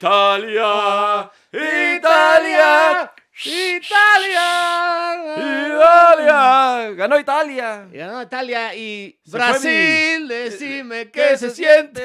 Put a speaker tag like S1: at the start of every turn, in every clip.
S1: Italia,
S2: Italia,
S1: Italia,
S2: Italia.
S1: Italia. Ganó Italia.
S2: Ya no, Italia y
S1: Se fue
S2: Brasil, decime qué se siente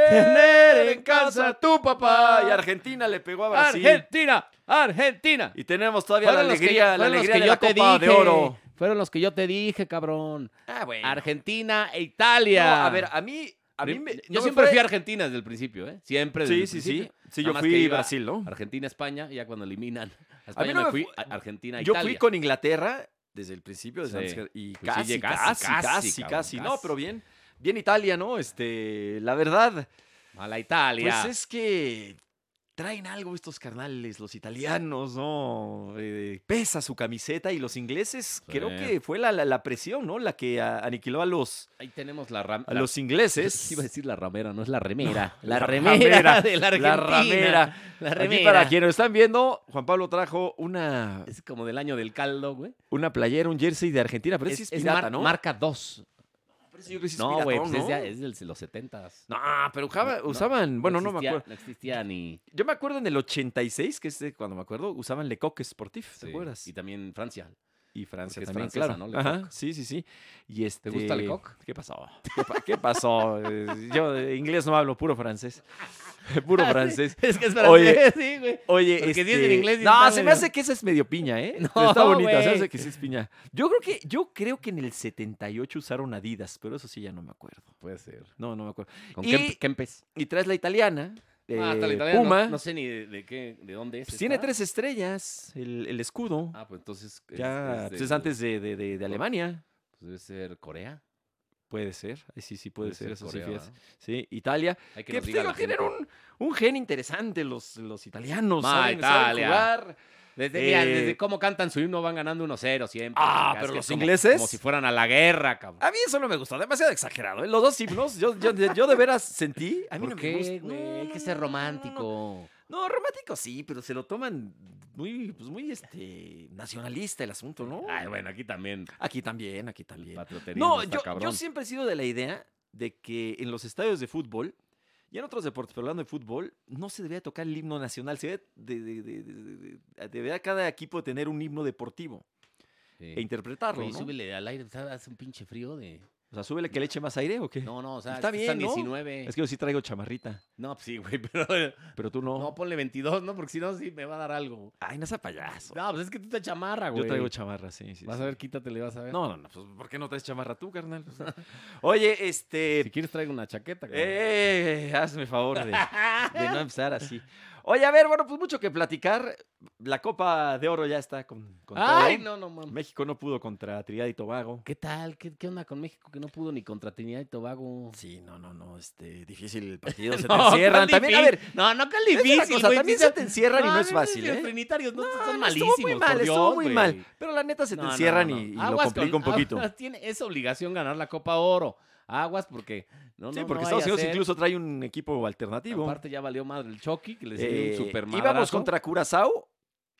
S2: tener en casa a tu papá
S1: Y Argentina le pegó a Brasil.
S2: Argentina, Argentina.
S1: Y tenemos todavía la
S2: los que-
S1: alegría, la
S2: fueron los
S1: alegría
S2: que
S1: de
S2: yo
S1: la
S2: te
S1: Copa de
S2: dije.
S1: Oro.
S2: Fueron los que yo te dije, cabrón.
S1: Ah, bueno.
S2: Argentina e
S1: No,
S2: Italia.
S1: a ver, a mí, a mí
S2: Yo-
S1: me- no
S2: yo
S1: me
S2: siempre
S1: fue-
S2: fui a Argentina desde el principio, ¿eh? Siempre desde
S1: Sí,
S2: el
S1: sí, sí.
S2: principio.
S1: Sí,
S2: Nada
S1: yo
S2: más
S1: fui
S2: que iba
S1: Brasil, ¿no?
S2: Argentina, España, ya cuando eliminan. A
S1: A mí
S2: España
S1: no
S2: me
S1: me
S2: fui
S1: fu-
S2: a Argentina,
S1: Yo
S2: Italia.
S1: fui con Inglaterra desde el principio, desde
S2: Sí.
S1: antes que- y
S2: Pues sí,
S1: casi,
S2: llegué-
S1: casi,
S2: casi,
S1: casi, casi,
S2: casi, cabrón,
S1: No,
S2: casi.
S1: pero bien, bien Italia, ¿no? Este, la verdad,
S2: A la Italia.
S1: pues es que traen algo estos carnales, los italianos, ¿no? Eh, pesa su camiseta y los ingleses, creo que fue la, la- la presión, ¿no? La que a- aniquiló a los,
S2: Ahí tenemos la
S1: a
S2: ramera.
S1: los
S2: Iba a
S1: ingleses.
S2: decir la ramera, no es la remera. la,
S1: la
S2: remera,
S1: ramera,
S2: de la Argentina.
S1: La ramera.
S2: La
S1: Aquí
S2: remera.
S1: para quienes lo están viendo, Juan Pablo trajo una,
S2: Es como del año del caldo, güey.
S1: una playera, un jersey de Argentina, pero ese es, pirata,
S2: mar-
S1: ¿no?
S2: marca 2.
S1: Pero ese yo creo que sí es
S2: No, güey,
S1: piratón,
S2: pues es,
S1: ¿no?
S2: de, es de los 70
S1: No, pero ujaba-
S2: No, no,
S1: usaban, bueno, no, me
S2: existía-
S1: acuerdo.
S2: No existía ni...
S1: Yo me acuerdo en el 86, que es de cuando me acuerdo, usaban Le Coq Sportif, ¿te
S2: sí,
S1: acuerdas?
S2: Y también Francia.
S1: Y Francia
S2: porque
S1: también,
S2: es
S1: claro.
S2: francesa, ¿no? Le
S1: Ajá,
S2: Coq.
S1: sí, sí, sí. Y este...
S2: gusta Le Coq?
S1: ¿Qué pasó? ¿Qué, pa- qué pasó? Eh, Yo de inglés no hablo, puro francés. Puro francés.
S2: es que es
S1: Oye,
S2: francés, sí, güey.
S1: Oye,
S2: Ah, Porque si es en
S1: este,
S2: inglés, sí
S1: No,
S2: está
S1: se me
S2: medio-
S1: hace que esa es medio piña, ¿eh?
S2: No,
S1: está bonita, se me hace
S2: güey.
S1: que sí es piña. Yo creo que, yo creo que en el 78 usaron Adidas, pero eso sí ya no me acuerdo.
S2: Puede ser.
S1: No, no me acuerdo.
S2: ¿Con
S1: Y-
S2: Kemp- Kempes?
S1: Y traes la italiana,
S2: Ah, hasta la
S1: eh,
S2: italiana, no-
S1: Puma.
S2: No, sé ni de, de qué, de dónde es.
S1: Pues tiene
S2: esta.
S1: tres estrellas el, el escudo.
S2: Ah, pues entonces. es-
S1: ya,
S2: es
S1: pues, es,
S2: del-
S1: antes de, de- de- de Alemania.
S2: pues debe ser Corea.
S1: Puede ser, ay, sí, sí, puede, ser, eso sí,
S2: Corea,
S1: fíjate.
S2: ¿verdad?
S1: Sí, Italia.
S2: Hay
S1: Que,
S2: que nos
S1: pues,
S2: diga
S1: digo,
S2: la
S1: tienen
S2: gente.
S1: un, un gen interesante los, los italianos.
S2: Ma,
S1: saben, saben
S2: Italia.
S1: jugar.
S2: Desde, mira,
S1: eh,
S2: desde cómo cantan su himno van ganando 1-0 siempre.
S1: Ah,
S2: casi
S1: pero
S2: es
S1: los
S2: como-
S1: ingleses- Ah,
S2: Como si fueran a la guerra, cabrón.
S1: A mí eso no me gustó, demasiado exagerado. ¿eh? Los dos himnos, yo, yo, yo de veras sentí. A mí no
S2: ¿Por qué,
S1: me gusta.
S2: güey?
S1: No,
S2: Hay
S1: no,
S2: que
S1: no, no, no, no,
S2: ser
S1: no.
S2: romántico.
S1: No, romántico sí, pero se lo toman muy, pues muy este, nacionalista el asunto, ¿no?
S2: Ay, bueno, aquí también.
S1: Aquí también, aquí también.
S2: patrioterismo
S1: No,
S2: está
S1: yo, yo
S2: cabrón.
S1: siempre he sido de la idea de que en los estadios de fútbol y en otros deportes, pero hablando de fútbol, no se debía tocar el himno nacional. Se debía, de- de- de- de- de- debería cada equipo tener un himno deportivo
S2: Sí.
S1: e interpretarlo.
S2: Güey,
S1: ¿no?
S2: súbele al aire, ¿sabes? hace un pinche frío de.
S1: O sea, súbele que le eche más aire o qué.
S2: No, eh. no, o sea,
S1: Está
S2: está están
S1: bien, ¿no?
S2: 19.
S1: Es que yo sí traigo chamarrita,
S2: No, pues sí, güey, pero
S1: pero tú no.
S2: no ponle 22, ¿no? Porque si no, sí me va a dar algo.
S1: Ay, no seas payaso.
S2: No, pues es que tú te chamarra, güey.
S1: yo traigo chamarra, sí, sí.
S2: Vas
S1: sí.
S2: a ver, quítatele, vas a ver.
S1: No, no, no. pues, ¿Por qué no traes chamarra tú, carnal? Oye, este.
S2: Si quieres traigo una chaqueta, cabrón.
S1: Eh, hazme favor de, de no empezar así. Oye, a ver, bueno, pues mucho que platicar. La Copa de Oro ya está con, con
S2: Ay,
S1: todo. ¿eh?
S2: no, no, mames.
S1: México no pudo contra Trinidad y Tobago.
S2: ¿Qué tal? ¿Qué, qué onda con México que no pudo ni contra Trinidad y Tobago?
S1: Sí, no, no, no, este, difícil el partido, se te
S2: No,
S1: encierran.
S2: ¿cuál
S1: También, a ver,
S2: difícil? no, no, qué
S1: es una
S2: difícil,
S1: cosa,
S2: güey,
S1: también
S2: sí
S1: se te encierran y no es fácil,
S2: Los
S1: ¿eh?
S2: trinitarios no,
S1: No,
S2: son
S1: no, estuvo
S2: malísimos,
S1: muy mal,
S2: por Dios,
S1: estuvo muy
S2: güey.
S1: mal. Pero la neta se te
S2: No, no,
S1: encierran
S2: no, no.
S1: y, y lo
S2: Aguas
S1: complica
S2: con-
S1: un poquito.
S2: aguas, tiene- es obligación ganar la Copa Oro. Aguas porque no,
S1: sí,
S2: no,
S1: porque
S2: no
S1: Estados
S2: vaya a
S1: Unidos
S2: ser.
S1: incluso trae un equipo alternativo.
S2: Aparte ya valió madre el Chucky, que le dio
S1: Eh,
S2: un super
S1: íbamos contra Curazao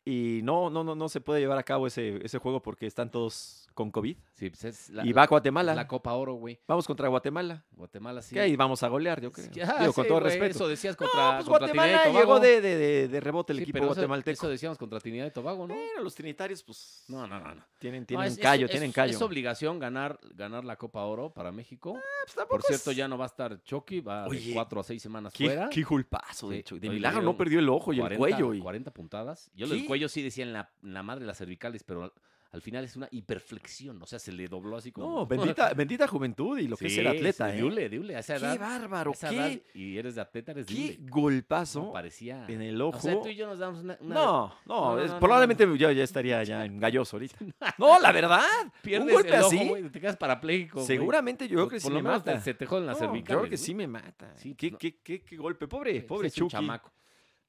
S1: y no, no, no, no se puede llevar a cabo ese, ese juego porque están todos con COVID.
S2: Sí, pues es la,
S1: y va a
S2: es
S1: Guatemala.
S2: la Copa Oro, güey.
S1: Vamos contra Guatemala.
S2: Guatemala sí.
S1: Que ahí vamos a golear, yo creo.
S2: Sí, ah,
S1: Digo, con
S2: sí,
S1: todo
S2: güey,
S1: respeto.
S2: Eso decías contra,
S1: No, pues
S2: contra Trinidad y
S1: Guatemala
S2: Tobago.
S1: llegó de, de- de rebote Este, el
S2: Sí,
S1: equipo
S2: pero eso-
S1: guatemalteco.
S2: Eso decíamos contra Trinidad y Tobago, ¿no?
S1: Bueno, los trinitarios, pues.
S2: No, no, no. no.
S1: Tienen,
S2: No,
S1: tienen
S2: es- es-
S1: callo,
S2: es-
S1: tienen callo.
S2: Es obligación ganar, ganar la Copa Oro para México.
S1: Ah, pues tampoco
S2: Por cierto,
S1: es-
S2: ya no va a estar Chucky, va
S1: Oye,
S2: de cuatro a seis semanas
S1: Qué,
S2: fuera.
S1: qué culpazo, de
S2: Sí,
S1: hecho. De
S2: oye, le
S1: milagro
S2: dieron
S1: no perdió el ojo y
S2: 40,
S1: el cuello. y-
S2: 40 puntadas. Yo lo del
S1: ¿Qué?
S2: cuello sí decía en la, en la madre de las cervicales, pero al, al final es una hiperflexión. O sea, se le dobló así como.
S1: No, bendita, bendita juventud y lo que es
S2: Sí,
S1: el atleta.
S2: sí,
S1: ¿eh?
S2: Diule, diule. A esa
S1: Qué
S2: edad. a
S1: bárbaro,
S2: esa edad,
S1: qué,
S2: y eres de atleta, eres
S1: qué
S2: diule. No
S1: golpazo
S2: parecía.
S1: en el
S2: O
S1: ojo.
S2: sea, tú y yo nos damos una. una-
S1: No, no,
S2: No, no,
S1: es-
S2: no, no,
S1: probablemente yo ya estaría ya en galloso ahorita. No, la verdad.
S2: Pierdes
S1: un golpe
S2: el ojo,
S1: así.
S2: güey, te quedas parapléjico. güey.
S1: Seguramente yo creo
S2: Por-
S1: que sí
S2: Por lo
S1: me
S2: menos te-
S1: mata.
S2: se te joden las
S1: No,
S2: cervicales.
S1: yo creo que
S2: güey.
S1: sí Eh, me mata.
S2: Sí,
S1: ¿Qué,
S2: no.
S1: qué, qué, qué golpe, pobre,
S2: Ese
S1: pobre
S2: es un
S1: Chucky.
S2: chamaco.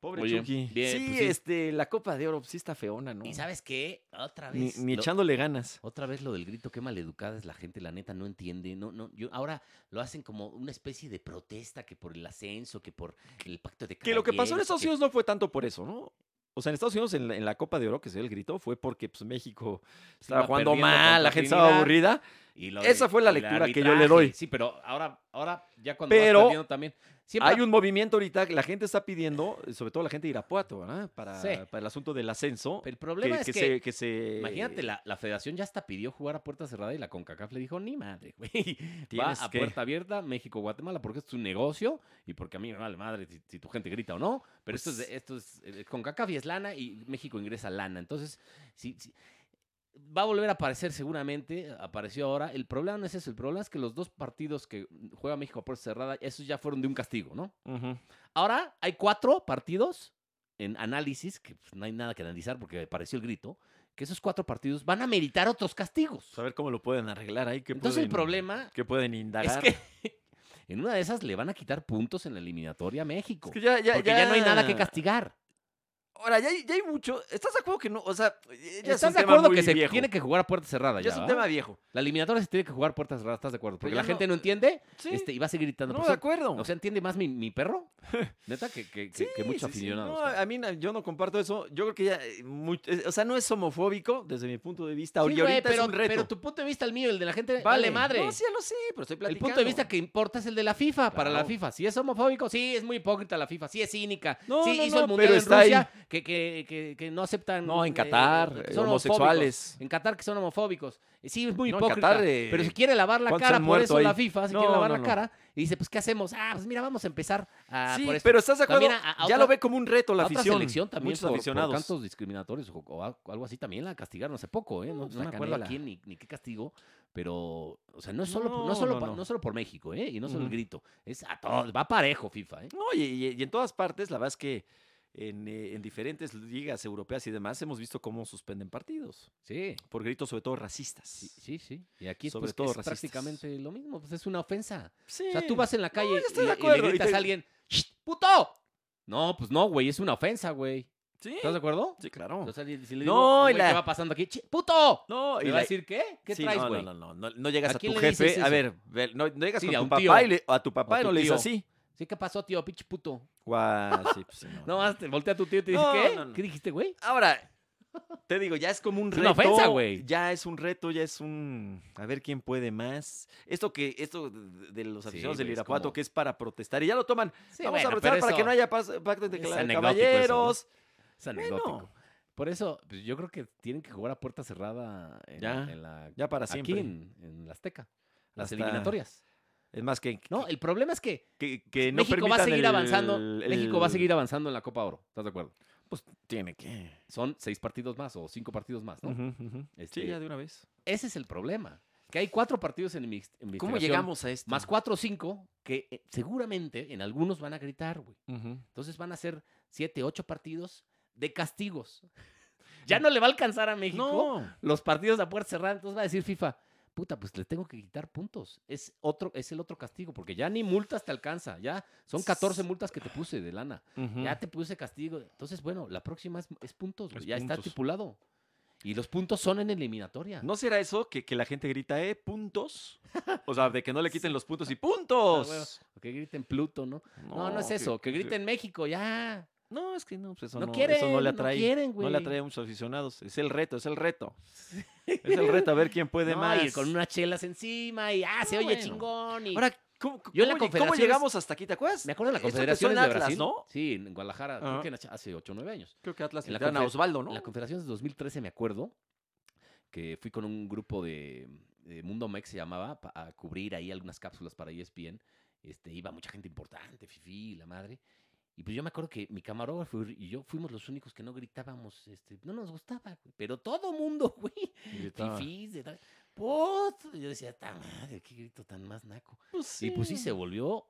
S1: Pobre
S2: Oye,
S1: Chucky.
S2: bien,
S1: sí,
S2: pues sí.
S1: este, la Copa de Oro sí está feona, ¿no?
S2: ¿Y sabes qué? Otra
S1: Ni,
S2: vez.
S1: ni
S2: lo-
S1: echándole ganas.
S2: Otra vez lo del grito, qué maleducada es la gente, la neta no entiende, no, no, yo ahora lo hacen como una especie de protesta que por el ascenso, que por el pacto de
S1: Que lo que pasó en
S2: caballeros,
S1: Estados
S2: que-
S1: Unidos no fue tanto por eso, ¿no? O sea, en Estados Unidos, en la, en la Copa de Oro que se dio el grito, fue porque pues, México estaba
S2: iba
S1: jugando
S2: perdiendo
S1: mal, la
S2: contra
S1: gente estaba
S2: Trinidad.
S1: aburrida
S2: Y lo
S1: Esa fue la
S2: y el
S1: lectura que yo le
S2: arbitraje.
S1: doy.
S2: Sí, pero ahora, ahora ya cuando vas
S1: Pero
S2: perdiendo también. Siempre
S1: Hay un movimiento ahorita que la gente está pidiendo, eh, sobre todo la gente de Irapuato, ¿verdad? Para,
S2: Sí.
S1: para el asunto del ascenso.
S2: El problema
S1: que,
S2: es
S1: que
S2: que,
S1: se, que se-
S2: imagínate, la, la federación ya hasta pidió jugar a puerta cerrada y la CONCACAF le dijo, ni madre, güey. Va
S1: Tienes
S2: a
S1: que-
S2: puerta abierta, México, Guatemala, porque esto es un negocio y porque a mí me vale madre si, si tu gente grita o no. Pero esto es,
S1: Pues-
S2: de- esto es, eh, CONCACAF y es lana y México ingresa lana. Entonces, sí, sí, va a volver a aparecer seguramente, apareció ahora. El problema no es eso, el problema es que los dos partidos que juega México a puerta cerrada, esos ya fueron de un castigo, ¿no?
S1: Ujú.
S2: Ahora hay cuatro partidos en análisis, que pues, no hay nada que analizar porque apareció el grito, que esos cuatro partidos van a meritar otros castigos.
S1: Saber cómo lo pueden arreglar ahí. Que
S2: Entonces el problema
S1: Que pueden
S2: es
S1: indagar.
S2: que en una de esas le van a quitar puntos en la eliminatoria a México.
S1: Es que ya, ya,
S2: porque ya... no hay nada que castigar.
S1: Ahora, ya, hay- ya hay mucho. ¿Estás de acuerdo que no? O sea, ya es un
S2: ¿Estás de
S1: tema
S2: acuerdo
S1: muy
S2: que se
S1: viejo.
S2: tiene que jugar a puerta cerrada?
S1: Ya
S2: Ya,
S1: es un
S2: ¿va?
S1: tema viejo.
S2: La eliminatoria se tiene que jugar a puerta cerrada, ¿estás de acuerdo? Porque
S1: ya
S2: la
S1: no-
S2: gente no entiende
S1: Sí.
S2: este, y va a seguir gritando.
S1: no,
S2: por
S1: de
S2: eso-
S1: acuerdo.
S2: o sea, entiende más mi, mi perro, neta, que, que, que-
S1: Sí,
S2: que muchos
S1: sí, sí.
S2: aficionados.
S1: No, a mí na- yo no comparto eso. Yo creo que ya, eh, muy- eh, o sea, no es homofóbico desde mi punto de vista.
S2: Sí,
S1: y
S2: güey,
S1: ahorita
S2: pero,
S1: es un reto.
S2: pero tu punto de vista, el mío, el de la gente, vale, madre.
S1: No, sí, ya lo sé, pero estoy
S2: el
S1: platicando.
S2: punto de vista que importa es el de la FIFA, para la
S1: Claro.
S2: FIFA. Si es homofóbico, sí, es muy hipócrita la FIFA, sí es cínica.
S1: No,
S2: sí,
S1: no,
S2: hizo
S1: no,
S2: el mundial
S1: pero
S2: en
S1: está
S2: Rusia que, que, que, que no aceptan.
S1: No, en
S2: eh,
S1: Qatar,
S2: que
S1: eh,
S2: son
S1: homosexuales.
S2: homofóbicos. En Qatar que son homofóbicos. Eh, Sí, es muy
S1: No, en
S2: hipócrita.
S1: Qatar, eh,
S2: pero se quiere lavar la
S1: ¿cuántos
S2: cara,
S1: han
S2: por eso
S1: muerto ahí?
S2: la FIFA se
S1: No,
S2: quiere lavar
S1: no,
S2: la
S1: no.
S2: cara. Y dice, pues, ¿qué hacemos? Ah, pues mira, vamos a empezar a,
S1: Sí,
S2: Ah, por esto.
S1: pero estás de acuerdo.
S2: También a- a
S1: ya
S2: otra-
S1: lo ve como un reto la
S2: A otra
S1: afición.
S2: selección también
S1: Muchos
S2: por, por
S1: aficionados.
S2: cantos discriminatorios o, o a- algo así también la castigaron hace poco, ¿eh? No,
S1: No, pues
S2: no me
S1: la
S2: acuerdo a
S1: canela.
S2: quién ni, ni qué castigo, pero, o sea, no es solo, no,
S1: No,
S2: solo,
S1: no,
S2: pa-
S1: no.
S2: no solo por México, ¿eh? Y no solo el
S1: Ujú.
S2: grito, es a todos, va parejo FIFA, ¿eh?
S1: No, y, y- y en todas partes, la verdad es que en, eh, en diferentes ligas europeas y demás hemos visto cómo suspenden partidos.
S2: Sí,
S1: Por gritos, sobre todo racistas.
S2: sí, sí, sí. Y aquí
S1: Sobre
S2: pues,
S1: todo
S2: es
S1: racistas.
S2: prácticamente lo mismo, pues es una ofensa.
S1: Sí.
S2: O sea, tú vas en la calle
S1: yo estoy
S2: y,
S1: de
S2: y le
S1: acuerdo, y
S2: gritas
S1: te-
S2: a alguien, "Shh, puto! No, pues no, güey, es una ofensa, güey.
S1: Sí,
S2: ¿Estás de acuerdo?
S1: sí, claro.
S2: O sea, si si le
S1: No,
S2: digo, no,
S1: y la-
S2: ¿qué va pasando aquí? "Ch- ¡Puto!
S1: No,
S2: ¿Me
S1: y
S2: va
S1: la-
S2: a decir qué? ¿Qué
S1: sí,
S2: traes,
S1: no,
S2: güey?
S1: no, no, no, no, no llegas
S2: ¿A
S1: a,
S2: quién
S1: tu
S2: le dices
S1: jefe. A
S2: eso?
S1: ver, ve- no, no llegas
S2: Sí,
S1: con
S2: a
S1: tu
S2: un
S1: papá
S2: tío.
S1: y le- a tu papá
S2: a
S1: y
S2: tu
S1: no le dices
S2: tío.
S1: así.
S2: Sí, ¿qué pasó, tío? Pinche puto.
S1: Guau, sí, pues, sí, no,
S2: No
S1: no.
S2: más te voltea a tu tío y te dice,
S1: No,
S2: ¿qué?
S1: no, no.
S2: ¿Qué dijiste, güey?
S1: Ahora, te digo, ya es como un
S2: Es
S1: reto.
S2: una ofensa, güey.
S1: Ya es un reto, ya es un. A ver quién puede más. Esto que, esto de de los
S2: Sí,
S1: aficionados
S2: güey,
S1: del
S2: es
S1: Irapuato,
S2: como-
S1: que es para protestar. Y ya lo toman. Vamos a
S2: Ah, bueno, pero
S1: protestar para
S2: eso
S1: que no haya pas- pacto de
S2: es
S1: cla-
S2: anecdótico
S1: caballeros.
S2: Es anecdótico.
S1: Bueno,
S2: Por eso, pues, yo creo que tienen que jugar a puerta cerrada en,
S1: Ya,
S2: en la,
S1: ya para
S2: aquí,
S1: siempre.
S2: en, en la Azteca. Las
S1: Hasta-
S2: eliminatorias.
S1: Es más que.
S2: No, el problema es que
S1: que, que no
S2: México va a
S1: permitan
S2: seguir
S1: el-
S2: avanzando.
S1: el-
S2: México va a seguir avanzando en la Copa Oro. ¿Estás de acuerdo?
S1: Pues tiene que.
S2: Son seis partidos más o cinco partidos más, ¿no?
S1: Ujú, ujú.
S2: Este,
S1: Sí, ya de una vez.
S2: Ese es el problema. Que hay cuatro partidos en mi
S1: ¿Cómo llegamos a esto?
S2: Más cuatro o cinco que eh, seguramente en algunos van a gritar, güey.
S1: Ujú.
S2: Entonces van a ser siete, ocho partidos de castigos. ya no le va a alcanzar a México
S1: No.
S2: los partidos a puerta cerrada. Entonces va a decir FIFA, puta, pues le tengo que quitar puntos. Es, otro, es el otro castigo, porque ya ni multas te alcanza. Ya son 14 multas que te puse de lana.
S1: Ujú.
S2: Ya te puse castigo. Entonces, bueno, la próxima es, es puntos. güey,
S1: mm. Es
S2: ya está
S1: puntos.
S2: estipulado. Y los puntos son en eliminatoria.
S1: ¿No será eso que, que la gente grita, eh, puntos? O sea, de que no le quiten los puntos y puntos.
S2: Ah, Que griten Pluto, ¿no? No, no, es
S1: que-
S2: eso. Que, griten México, ya.
S1: No, es que no, pues eso
S2: No
S1: no,
S2: quieren,
S1: eso no le
S2: no
S1: atrae.
S2: quieren,
S1: no le
S2: güey.
S1: atrae a muchos aficionados. Es el reto, es el reto. Es el reto a ver quién puede
S2: No,
S1: más.
S2: y con unas chelas encima y ah, se
S1: No,
S2: oye
S1: bueno.
S2: chingón. Y...
S1: Ahora, ¿cómo,
S2: Yo en la
S1: cómo- cómo
S2: Confederaciones-
S1: llegamos hasta aquí? ¿Te acuerdas?
S2: Me acuerdo de la
S1: Esto empezó
S2: Confederación
S1: en
S2: de
S1: Atlas,
S2: Brasil.
S1: ¿no?
S2: Sí, en Guadalajara, creo
S1: Ajá.
S2: que en Ach- hace 8 o 9 años.
S1: Creo que Atlas
S2: En la
S1: le dan a
S2: confe-
S1: Osvaldo, ¿no?
S2: La Confederación de 2013, me acuerdo, que fui con un grupo de, de Mundo Mex, se llamaba, pa- a cubrir ahí algunas cápsulas para E ESPN. Este, iba mucha gente importante, Fifi, la madre. Y pues yo me acuerdo que mi camarógrafo y yo fuimos los únicos que no gritábamos, este, no nos gustaba, güey, pero todo mundo, güey,
S1: Gritaba.
S2: fifís, de tal. Put, yo decía, "Ta madre, qué grito tan más naco."
S1: Pues
S2: Y pues sí, se volvió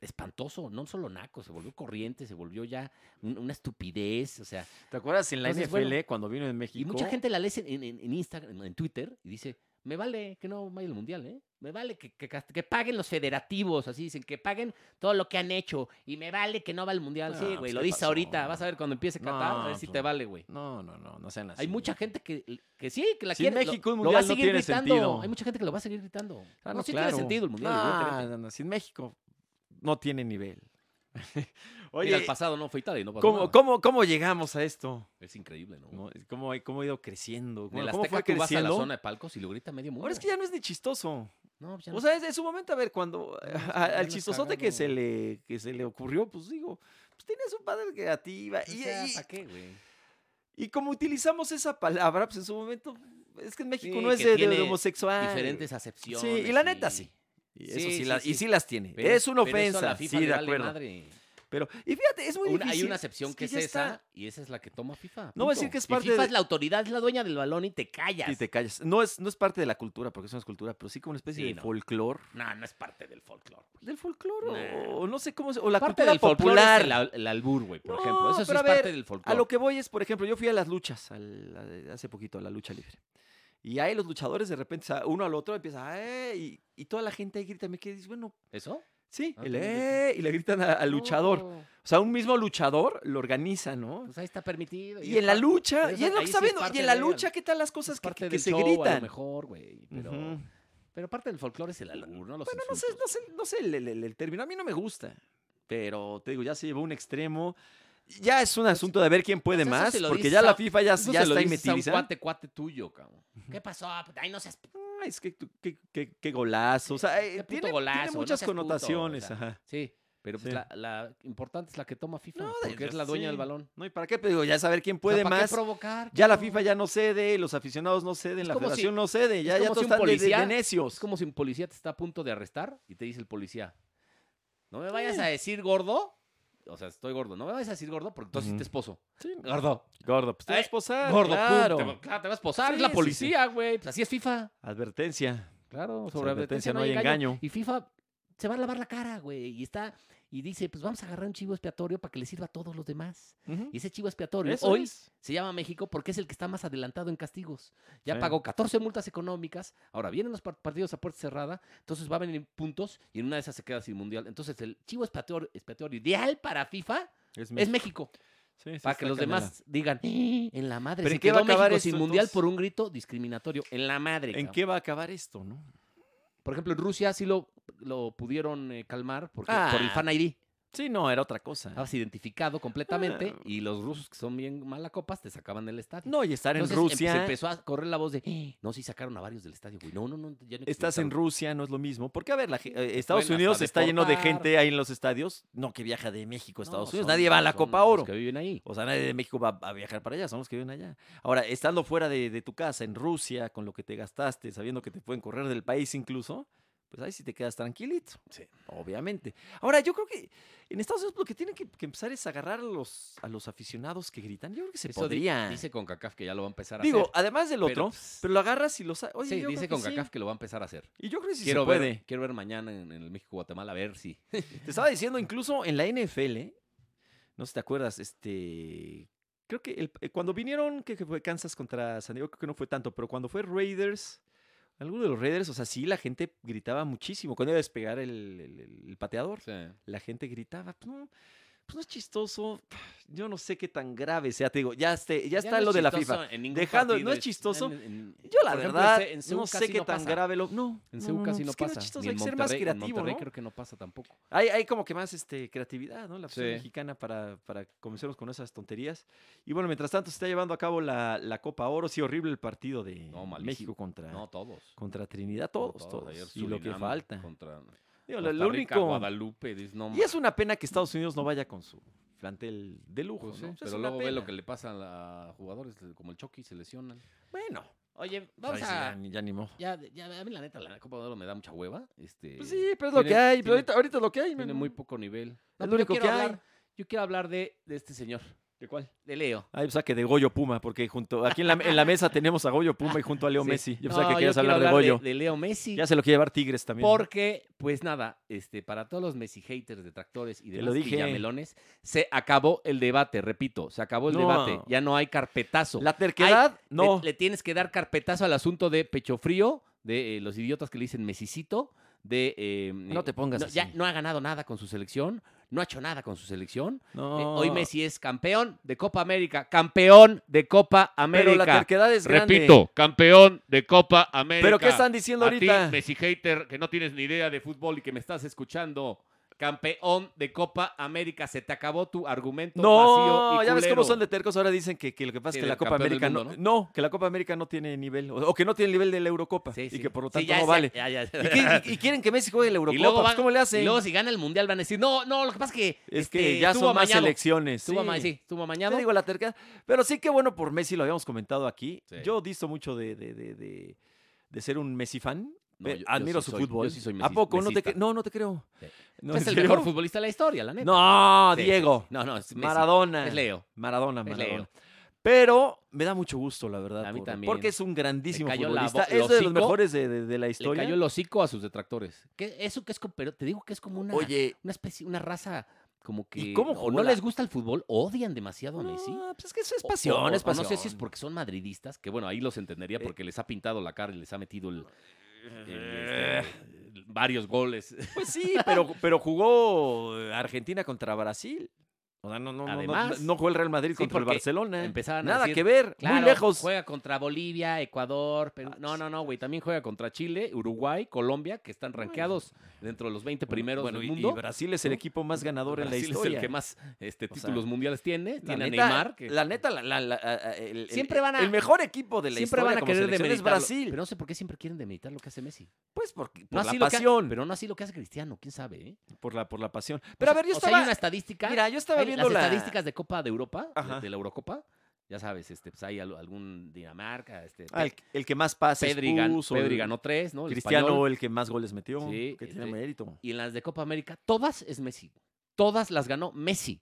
S2: espantoso, no solo naco, se volvió corriente, se volvió ya un- una estupidez, o sea,
S1: ¿Te acuerdas en la
S2: Entonces,
S1: NFL
S2: bueno,
S1: cuando vino en México?
S2: y mucha gente la lee en, en- en Instagram, en Twitter, y dice, me vale que no vaya al Mundial, ¿eh? Me vale que, que cast- que paguen los federativos, así dicen, que paguen todo lo que han hecho, y me vale que no va al Mundial.
S1: No,
S2: sí, güey,
S1: pues,
S2: lo
S1: ¿qué
S2: dice
S1: pasó?
S2: ahorita, vas a ver cuando empiece Qatar, a ver
S1: No,
S2: si
S1: pues,
S2: te vale, güey.
S1: No, no, no, no sean así.
S2: Hay mucha gente que, que sí, que la
S1: Sin
S2: quiere. lo-
S1: México, un
S2: lo, va
S1: mundial
S2: a
S1: no
S2: seguir
S1: tiene
S2: gritando.
S1: sentido.
S2: Hay mucha gente que lo va a seguir gritando.
S1: Ah,
S2: no,
S1: no,
S2: sí
S1: claro. Ah.
S2: tiene sentido el Mundial,
S1: No,
S2: evidentemente.
S1: no, no, sin México no tiene nivel.
S2: Oye,
S1: Oye,
S2: al pasado no fue Italia, y no pasó
S1: ¿cómo,
S2: nada.
S1: cómo, cómo llegamos a esto?
S2: Es increíble, ¿no?
S1: ¿No? ¿Cómo, ha- ¿Cómo ha ido creciendo?
S2: En
S1: Bueno,
S2: el
S1: ¿Cómo
S2: Azteca
S1: fue
S2: tú vas a la
S1: creciendo?
S2: zona de palcos y lo grita medio mundo.
S1: Ahora es que ya no es ni chistoso.
S2: No, pues ya
S1: O
S2: no.
S1: sea, es- en su momento, a ver, cuando
S2: No, es que
S1: a-
S2: ya
S1: al
S2: nos
S1: chistosote que se,
S2: cagaron.
S1: le, que se le ocurrió, pues digo, pues tienes un padre creativa.
S2: O
S1: Y,
S2: Pues sea,
S1: y-
S2: ¿pa' qué, güey?
S1: y como utilizamos esa palabra, pues en su momento, es que en México
S2: Sí,
S1: no es
S2: que
S1: de- de,
S2: tiene
S1: homosexual.
S2: Diferentes acepciones.
S1: Sí, y la neta sí. Y eso
S2: Sí,
S1: sí,
S2: sí,
S1: la-
S2: sí.
S1: Y sí las tiene.
S2: Pero-
S1: es una
S2: pero eso
S1: ofensa.
S2: a la FIFA
S1: sí,
S2: le
S1: de
S2: vale
S1: acuerdo.
S2: madre.
S1: Pero, y fíjate, es muy
S2: Una- hay
S1: difícil.
S2: una excepción que,
S1: ya
S2: es
S1: está.
S2: esa y esa es la que toma
S1: No voy
S2: FIFA.
S1: a
S2: punto.
S1: decir que es
S2: Y
S1: parte
S2: FIFA
S1: de-
S2: es la autoridad, es la dueña del balón y te callas.
S1: Y te callas. No es, no es parte de la cultura, porque eso no es cultura, pero sí como una especie
S2: Sí,
S1: de
S2: no.
S1: folclor.
S2: No, no es parte del folclore. güey.
S1: Del folclore,
S2: Nah.
S1: o no sé cómo se- O la
S2: parte
S1: cultura
S2: del folclore es
S1: popular.
S2: el, al- el albur, güey, por
S1: No,
S2: ejemplo. Eso sí
S1: pero
S2: es
S1: a ver,
S2: parte del folclore.
S1: A lo que voy es, por ejemplo, yo fui a las luchas al- a de- hace poquito, a la lucha libre. Y ahí los luchadores de repente, sa- uno al otro empieza, "Eh", y, y toda la gente ahí grita, me dices, bueno,
S2: ¿Eso?
S1: sí,
S2: Ah,
S1: el,
S2: también yo
S1: "Eh", y le gritan a- al luchador.
S2: No,
S1: O sea, un mismo luchador lo organiza, ¿no?
S2: pues ahí está permitido.
S1: Y en la lucha,
S2: pero
S1: y
S2: eso-
S1: es lo
S2: ahí
S1: que está
S2: sí es
S1: viendo, y
S2: parte
S1: en la
S2: de-
S1: lucha, ¿qué tal las cosas
S2: Cosas
S1: que,
S2: parte
S1: que
S2: del
S1: se
S2: show, A lo
S1: gritan?
S2: mejor, güey. Pero,
S1: Ujú.
S2: pero parte del folclore es el albur, no los
S1: Bueno, no sé,
S2: insultos.
S1: no sé, no sé el, el- el- el término. A mí no me gusta. Pero te digo, ya se llevó a un extremo. Ya es un asunto de ver quién puede
S2: Pues eso
S1: más.
S2: se lo
S1: porque
S2: dices
S1: ya la
S2: a-
S1: FIFA ya,
S2: Eso
S1: ya
S2: se lo
S1: está ahí
S2: dices a un
S1: metidizada.
S2: cuate, cuate tuyo, cabrón. ¿Qué pasó? Pues, Ay, no seas...
S1: Ah, es que tú- qué, qué- qué golazo. O sea, eh,
S2: Qué puto
S1: tiene, tiene
S2: golazo, no
S1: muchas
S2: seas puto, o
S1: connotaciones.
S2: sea.
S1: ajá.
S2: Sí, pero pues
S1: Sí.
S2: La, la importante es la que toma FIFA,
S1: No,
S2: porque es
S1: ya
S2: la dueña del
S1: sé.
S2: balón.
S1: No, ¿y para qué? Pero digo, ya saber quién puede
S2: O sea, ¿para
S1: más.
S2: qué provocar?
S1: Ya la
S2: cabrón?
S1: FIFA ya no cede, los aficionados no ceden,
S2: Es
S1: la
S2: como si-
S1: federación no cede. Ya, ya
S2: como
S1: todos
S2: si un
S1: están de- de- de,
S2: policía-
S1: necios.
S2: Es como si un policía te está a punto de arrestar y te dice el policía, no me vayas a decir gordo, o sea, estoy gordo, no me vayas a decir gordo porque entonces sí
S1: Ujú.
S2: te esposo.
S1: Sí,
S2: Gordo.
S1: Gordo, pues te vas a
S2: Eh,
S1: esposar.
S2: gordo, pum,
S1: claro.
S2: Te, va- claro, te vas a posar, es
S1: Sí,
S2: la
S1: sí, sí.
S2: policía, güey. Pues así es FIFA.
S1: Advertencia.
S2: Claro,
S1: Sobre advertencia no hay engaño.
S2: Y FIFA se va a lavar la cara, güey, y está... Y dice, pues vamos a agarrar un chivo expiatorio para que le sirva a todos los demás.
S1: Ujú.
S2: Y ese chivo expiatorio
S1: Eso
S2: hoy
S1: es.
S2: se llama México porque es el que está más adelantado en castigos. Ya
S1: Sí.
S2: pagó 14 multas económicas, ahora vienen los par- partidos a puerta cerrada, entonces va a venir puntos y en una de esas se queda sin mundial. Entonces el chivo expiatorio, expiatorio ideal para FIFA
S1: Es
S2: es
S1: México.
S2: México,
S1: Sí, sí,
S2: para
S1: está
S2: que los
S1: canela.
S2: demás digan, "¡Ah! en la madre,
S1: ¿Pero
S2: se
S1: en qué va
S2: quedó
S1: a acabar
S2: México sin
S1: esto,
S2: mundial
S1: entonces?
S2: por un grito discriminatorio, en la madre.
S1: ¿En
S2: cabrón".
S1: qué va a acabar esto, no?
S2: Por ejemplo, en Rusia sí lo, lo pudieron eh, calmar porque, por el
S1: Ah.
S2: fan ID.
S1: Sí, no, era otra cosa.
S2: Estabas identificado completamente
S1: Ah.
S2: y los rusos que son bien malacopas te sacaban del estadio.
S1: No, y estar en
S2: Entonces, em- Se
S1: Rusia,
S2: empezó a correr la voz de, "Eh, no, sí sacaron a varios del estadio, güey. No, no, no. Ya no
S1: estás en
S2: expulsaron".
S1: Rusia, no es lo mismo. Porque, a ver, la ge- eh, Estados
S2: pueden
S1: Unidos
S2: hasta
S1: está lleno de
S2: deportar.
S1: gente ahí en los estadios, no que viaja de México a Estados
S2: No,
S1: Unidos.
S2: son-
S1: Nadie va a la
S2: son
S1: Copa
S2: los
S1: Oro.
S2: que viven ahí.
S1: O sea, nadie de México va a viajar para allá, son los que viven allá. Ahora, estando fuera de, de tu casa, en Rusia, con lo que te gastaste, sabiendo que te pueden correr del país incluso, pues ahí sí te quedas tranquilito.
S2: Sí.
S1: Obviamente. Ahora, yo creo que en Estados Unidos lo que tienen que, que empezar es agarrar a los, a los aficionados que gritan. Yo creo que se
S2: Eso di-
S1: podría.
S2: Dice con CACAF que ya lo va a empezar a
S1: Digo,
S2: hacer.
S1: además del otro, pero,
S2: pues,
S1: lo agarras y lo sa- Oye,
S2: sí,
S1: yo
S2: dice
S1: creo
S2: con
S1: que sí.
S2: CACAF que lo va a empezar a hacer.
S1: Y yo creo que sí
S2: quiero,
S1: se puede.
S2: ver, quiero ver mañana en, en el México-Guatemala a ver si.
S1: Te estaba diciendo, incluso en la NFL, no sé si te acuerdas, este. Creo que el- eh, cuando vinieron, que, que fue Kansas contra San Diego, creo que no fue tanto, pero cuando fue Raiders, alguno de los Raiders, o sea, sí, la gente gritaba muchísimo. Cuando iba a despegar el, el- el- el pateador,
S2: Sí.
S1: la gente gritaba, "Pues no, pues no es chistoso, yo no sé qué tan grave sea, te digo, ya, este- ya está
S2: no
S1: lo
S2: es
S1: de la
S2: chistoso
S1: FIFA.
S2: en ningún
S1: Dejando- no
S2: partido,
S1: es chistoso.
S2: en- en-
S1: Yo la
S2: por ejemplo,
S1: verdad,
S2: en C- en
S1: no
S2: CU
S1: sé
S2: casi
S1: qué
S2: no
S1: tan
S2: pasa.
S1: grave lo... No,
S2: En
S1: no,
S2: CEU
S1: no,
S2: casi
S1: no,
S2: no
S1: es que no es
S2: pasa.
S1: chistoso,
S2: ni
S1: hay
S2: en
S1: que ser más
S2: Monterrey, en
S1: creativo,
S2: Monterrey
S1: ¿no?
S2: creo que no pasa tampoco.
S1: Hay, hay como que más este, creatividad, ¿no? La opción
S2: Sí.
S1: mexicana para, para comenzarnos con esas tonterías. Y bueno, mientras tanto se está llevando a cabo la, la Copa Oro. Sí, horrible el partido de
S2: No, malísimo.
S1: México contra,
S2: No, todos.
S1: contra Trinidad. Todos, todos.
S2: ayer
S1: y lo que
S2: Surinam
S1: falta.
S2: Contra
S1: Digo, lo,
S2: Costa
S1: lo
S2: Rica,
S1: único...
S2: Guadalupe, dices, no
S1: Y es una pena que Estados Unidos no vaya con su plantel de lujo,
S2: Pues sí,
S1: ¿no? Pues es
S2: pero
S1: una
S2: luego ve lo
S1: pena.
S2: que le pasa a la- a jugadores le- como el Chucky, se lesionan.
S1: Bueno,
S2: Oye,
S1: pues ya, ni- ya ni modo.
S2: Ya, ya, a mí la neta, la Copa de Oro me da mucha hueva. Este,
S1: Pues sí, pero es lo que
S2: tiene-
S1: hay. pero
S2: tiene-
S1: ahorita, ahorita es lo que hay.
S2: Tiene
S1: mano.
S2: muy poco nivel. No,
S1: lo
S2: pero yo
S1: único
S2: quiero
S1: que hay.
S2: hablar- Yo quiero hablar de, de este señor,
S1: ¿De cuál?
S2: de Leo.
S1: Ah, yo pensaba que de Goyo Puma, porque junto aquí en la, en la mesa tenemos a Goyo Puma y junto a Leo
S2: Sí.
S1: Messi. Yo pensaba que
S2: No,
S1: querías
S2: yo quiero
S1: hablar de Goyo.
S2: De, Leo Messi.
S1: Ya se lo quiere llevar Tigres también. ¿no?
S2: Porque, pues nada, este, para todos los Messi haters, detractores y
S1: Te
S2: de
S1: lo
S2: los
S1: dije.
S2: pillamelones, se acabó el debate, repito, se acabó el
S1: No.
S2: debate. Ya no hay carpetazo.
S1: La terquedad,
S2: Le-
S1: no.
S2: Le, tienes que dar carpetazo al asunto de pecho frío, de eh, los idiotas que le dicen mesicito, de... eh,
S1: No te pongas
S2: ya
S1: así.
S2: no ha ganado nada con su selección, no ha hecho nada con su selección. Eh,
S1: no.
S2: hoy Messi es campeón de Copa América, campeón de Copa
S1: Pero la
S2: América.
S1: terquedad es grande.
S3: Repito, campeón de Copa América.
S1: ¿Pero qué están diciendo
S2: A ti,
S1: ahorita?
S2: Messi hater, que no tienes ni idea de fútbol y que me estás escuchando, Campeón de Copa América, se te acabó tu argumento.
S1: No,
S2: vacío y
S1: ya ves
S2: culero.
S1: cómo son de tercos. Ahora dicen que, que lo que pasa
S2: Sí,
S1: es que la
S2: del
S1: Copa
S2: campeón del
S1: América no,
S2: mundo,
S1: no, que la Copa América no tiene nivel, o, o que no tiene el nivel de la Eurocopa
S2: Sí,
S1: y
S2: sí.
S1: que por lo
S2: Sí,
S1: tanto
S2: ya,
S1: no
S2: ya,
S1: vale.
S2: ya, ya.
S1: ¿Y, qué- y- y quieren que Messi juegue la Eurocopa?
S2: luego
S1: Pues,
S2: van-
S1: ¿Cómo le
S2: Y
S1: hacen?
S2: luego si gana el Mundial van a decir, no, no, lo que pasa es que...
S1: es
S2: este,
S1: que ya
S2: estuvo
S1: son más
S2: amañado,
S1: elecciones.
S2: Estuvo ama- sí, estuvo
S1: Te
S2: amañado.
S1: digo la terca. Pero sí que bueno por Messi, lo habíamos comentado aquí.
S2: Sí.
S1: Yo disto mucho de, de, de, de- de ser un Messi fan.
S2: No,
S1: Pe-
S2: yo- yo
S1: Admiro
S2: sí
S1: su
S2: soy- yo
S1: fútbol.
S2: sí soy
S1: ¿A
S2: messi-
S1: poco? No te,
S2: mesista.
S1: cre- no, no te creo.
S2: Sí.
S1: No,
S2: es
S1: ¿en
S2: el
S1: serio?
S2: mejor futbolista de la historia, la neta.
S1: No,
S2: Sí, sí,
S1: Diego.
S2: sí. No, no, es Messi.
S1: Maradona.
S2: Es Leo.
S1: Maradona,
S2: Es
S1: Maradona.
S2: Leo.
S1: Pero me da mucho gusto, la verdad.
S2: A mí
S1: por-
S2: también.
S1: Porque es un grandísimo
S2: Le cayó la
S1: futbolista.
S2: bo- el
S1: Es de los
S2: hocico,
S1: mejores de, de- de la
S2: Le
S1: historia.
S2: cayó el hocico a sus detractores. ¿Qué, eso que es, co- pero te digo que es como una,
S1: Oye,
S2: una especie, una raza como que
S1: ¿Y cómo
S2: o
S1: jugó
S2: no
S1: la-
S2: les gusta el fútbol, odian demasiado a Messi.
S1: no, pues es que eso es
S2: O-
S1: pasión,
S2: o-
S1: es
S2: o
S1: pasión.
S2: ah, No sé si es porque son madridistas, que bueno, ahí los entendería
S1: Eh.
S2: porque les ha pintado la cara y les ha metido el-
S1: Eh,
S2: el, este, varios goles.
S1: Pues sí, pero, pero jugó eh, Argentina contra Brasil. O sea, no, no, no- no-
S2: Además.
S1: no, jugó el Real Madrid
S2: Sí,
S1: contra el
S2: porque
S1: Barcelona.
S2: empezaban a
S1: Nada
S2: decir,
S1: que ver,
S2: Claro,
S1: muy lejos.
S2: Juega contra Bolivia, Ecuador, Perú. No, no, no, güey. También juega contra Chile, Uruguay, Colombia, que están rankeados dentro de los 20 primeros
S1: Bueno,
S2: del
S1: y-
S2: mundo.
S1: Y Brasil es el
S2: ¿no?
S1: equipo más ganador en la
S2: Brasil
S1: historia.
S2: es el que más este,
S1: O sea,
S2: títulos mundiales tiene.
S1: La
S2: Tiene a
S1: neta,
S2: Neymar. que
S1: La neta, la- la- la- a- a- el, el-
S2: Siempre van a-
S1: el mejor equipo de la
S2: siempre
S1: historia
S2: van a
S1: como
S2: querer
S1: selección
S2: demeritarlo.
S1: es Brasil.
S2: Pero no sé por qué siempre quieren demeritar lo que hace Messi.
S1: pues porque, por
S2: No
S1: la
S2: así lo que ha-
S1: pasión.
S2: pero no así lo que hace Cristiano, quién sabe. eh?
S1: por, la, por la pasión.
S2: O
S1: Pero a
S2: sea-
S1: ver, yo
S2: o sea,
S1: estaba...
S2: hay una estadística.
S1: Mira, yo estaba
S2: Hay
S1: viendo
S2: las
S1: la-
S2: estadísticas de Copa de Europa, de-
S1: Ajá.
S2: de la Eurocopa. Ya sabes, este, pues hay al- algún Dinamarca, este,
S1: Ah, el, el que más pases
S2: Pedri, gan-
S1: puso,
S2: Pedri
S1: el-
S2: ganó tres, ¿no? El
S1: Cristiano,
S2: español.
S1: el que más goles metió,
S2: Sí,
S1: que tiene
S2: este,
S1: mérito.
S2: y en las de Copa América, todas es Messi. Todas las ganó Messi.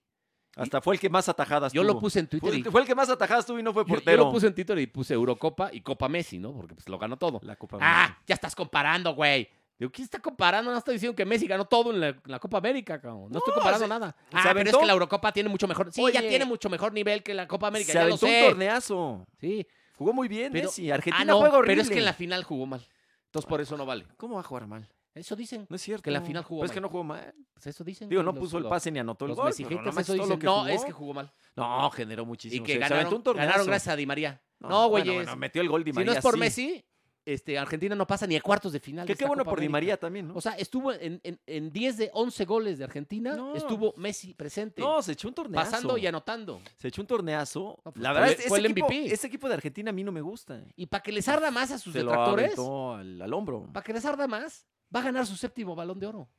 S1: Hasta fue el que más atajadas
S2: Yo
S1: tuvo.
S2: lo puse en Twitter
S1: Fue,
S2: y yo-
S1: fue el que más atajadas tuvo y no fue
S2: yo,
S1: portero.
S2: lo puse en Twitter y puse Eurocopa y Copa Messi, ¿no? Porque pues lo ganó todo.
S1: La Copa
S2: Ah, ya estás comparando, güey. Digo, ¿quién está comparando? No estoy diciendo que Messi ganó todo en la, en la Copa América, cabrón. No, estoy
S1: No,
S2: comparando
S1: se-
S2: nada.
S1: se
S2: Ah, pero es
S1: aventó.
S2: que la Eurocopa tiene mucho mejor. Sí, ya
S1: Oye.
S2: tiene mucho mejor nivel que la Copa América,
S1: Se
S2: ya lo
S1: aventó un
S2: sé.
S1: torneazo.
S2: Sí.
S1: Jugó muy bien
S2: Pero-
S1: Messi. Argentina
S2: ah, no,
S1: juega horrible.
S2: pero es que en la final jugó mal. Entonces por eso no vale.
S1: ¿Cómo va a jugar mal?
S2: Eso dicen.
S1: No es cierto.
S2: Que la final jugó
S1: Pero es que
S2: mal.
S1: no jugó mal.
S2: Pues eso dicen.
S1: Digo, no
S2: los-
S1: puso el
S2: los-
S1: pase ni anotó el
S2: Los
S1: gol.
S2: Messi
S1: pero no
S2: haters,
S1: manches,
S2: eso
S1: todo lo
S2: dicen.
S1: que
S2: No,
S1: jugó.
S2: es que jugó mal.
S1: No, generó muchísimo.
S2: Y que
S1: se- se aventó
S2: ganaron,
S1: un torneazo.
S2: ganaron gracias a Di María.
S1: No,
S2: No,
S1: bueno,
S2: güeyes.
S1: bueno, metió el gol Di
S2: si
S1: María.
S2: no es por
S1: sí.
S2: Messi, este, Argentina no pasa ni a cuartos de final.
S1: Que
S2: de
S1: qué
S2: esta
S1: bueno
S2: Copa
S1: por Di
S2: América.
S1: María también, ¿no?
S2: O sea, estuvo en, en, en 10 de 11 goles de Argentina,
S1: No.
S2: estuvo Messi presente,
S1: no, se echó un torneazo.
S2: pasando y anotando.
S1: Se echó un torneazo.
S2: No, pues,
S1: la
S2: fue-
S1: verdad, es que
S2: fue
S1: ese,
S2: el
S1: equipo,
S2: MVP.
S1: ese equipo de Argentina a mí no me gusta.
S2: Y para que les arda más a sus
S1: se lo
S2: detractores,
S1: aventó al, al hombro.
S2: para que les arda más, va a ganar su séptimo balón de oro.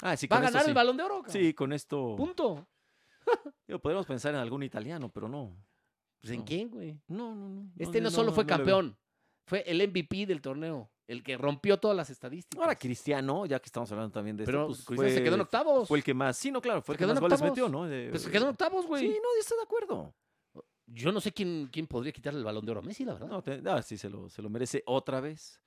S1: Ah, sí,
S2: va a
S1: con esto
S2: ganar
S1: sí.
S2: el balón de oro. cabrón.
S1: Sí, con esto.
S2: Punto.
S1: Digo, podríamos pensar en algún italiano, pero no.
S2: Pues, ¿En
S1: No.
S2: quién, güey?
S1: No, no, no.
S2: Este no,
S1: le-
S2: solo fue
S1: no le veo.
S2: campeón, fue el MVP del torneo, el que rompió todas las estadísticas.
S1: Ahora Cristiano, ya que estamos hablando también de esto,
S2: Pero
S1: pues,
S2: Cristiano se
S1: fue-
S2: quedó en octavos.
S1: Fue el que más. Sí, no, claro, fue
S2: Se
S1: el que
S2: quedó
S1: más
S2: en
S1: goles
S2: octavos.
S1: metió, ¿no? De-
S2: Pues se quedó en octavos, güey.
S1: Sí, no, yo estoy de acuerdo.
S2: Yo no sé quién, quién podría quitarle el balón de oro a Messi, la verdad.
S1: No, te- ah, sí, se lo, se lo merece otra vez.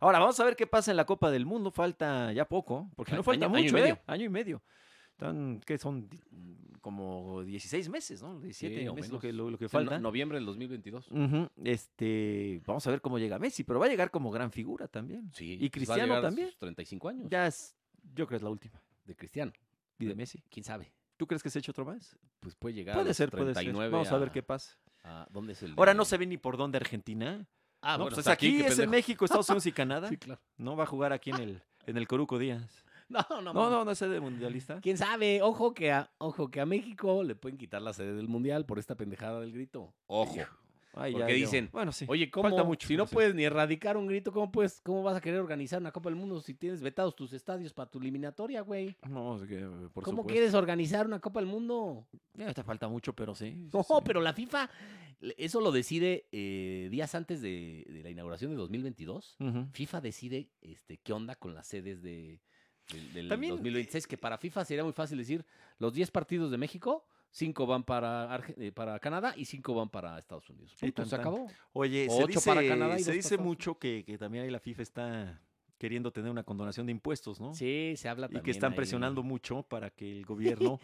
S1: Ahora, vamos a ver qué pasa en la Copa del Mundo. Falta ya poco, porque no
S2: Año-
S1: falta
S2: año y
S1: mucho,
S2: medio.
S1: ¿eh? Año y medio. Están, ¿qué son? Di- Como 16 meses, ¿no? 17
S2: Sí, o
S1: meses, lo
S2: menos.
S1: que, lo, lo que
S2: O sea, no-
S1: falta.
S2: noviembre del 2022.
S1: Ujú, Este, vamos a ver cómo llega Messi, pero va a llegar como gran figura también.
S2: Sí.
S1: Y
S2: pues va a
S1: Cristiano
S2: llegar a
S1: también.
S2: sus 35 años
S1: Ya es, yo creo que es la última.
S2: de Cristiano.
S1: Y de
S2: Pero-
S1: Messi.
S2: ¿Quién sabe?
S1: ¿Tú crees que se ha hecho otro más?
S2: Pues puede llegar a
S1: Puede
S2: los
S1: ser, puede ser.
S2: 39
S1: Vamos a ver qué pasa.
S2: a- ¿Dónde es el
S1: Ahora
S2: de-
S1: no se ve ni por dónde Argentina.
S2: Ah,
S1: ¿no?
S2: bueno,
S1: pues
S2: está
S1: aquí,
S2: qué
S1: es en
S2: pendejo.
S1: México, Estados Unidos y Canadá.
S2: Sí, claro.
S1: No va a jugar aquí en el, en el Coruco Díaz.
S2: No, no,
S1: No,
S2: mames.
S1: no, no es de mundialista.
S2: ¿Quién sabe? Ojo que a, ojo que a México le pueden quitar la sede del mundial por esta pendejada del grito. Ojo.
S1: Ay,
S2: Porque
S1: yo-
S2: dicen,
S1: Bueno, sí.
S2: Oye, ¿cómo?
S1: Falta mucho,
S2: si no
S1: no sé.
S2: puedes ni erradicar un grito, ¿cómo puedes, cómo vas a querer organizar una Copa del Mundo si tienes vetados tus estadios para tu eliminatoria, güey?
S1: No, es que, eh, por
S2: ¿Cómo
S1: supuesto.
S2: quieres organizar una Copa del Mundo?
S1: Ya te falta mucho, pero sí. sí,
S2: No,
S1: sí.
S2: pero la FIFA, le- eso lo decide eh, días antes de, de la inauguración de 2022.
S1: Ujú.
S2: FIFA decide este, qué onda con las sedes de, del, del
S1: También, eh,
S2: 2026, que para FIFA sería muy fácil decir los 10 partidos de México, 5 van para, Arge- eh, para Canadá y 5 van para Estados Unidos.
S1: Y
S2: Punto,
S1: tan,
S2: se
S1: tan.
S2: acabó.
S1: Oye, se
S2: Ocho
S1: dice,
S2: para Canadá y
S1: se
S2: dos
S1: dice
S2: para-
S1: mucho que, que también ahí la FIFA está queriendo tener una condonación de impuestos, ¿no?
S2: Sí, se habla
S1: Y
S2: también
S1: que están
S2: ahí.
S1: presionando mucho para que el gobierno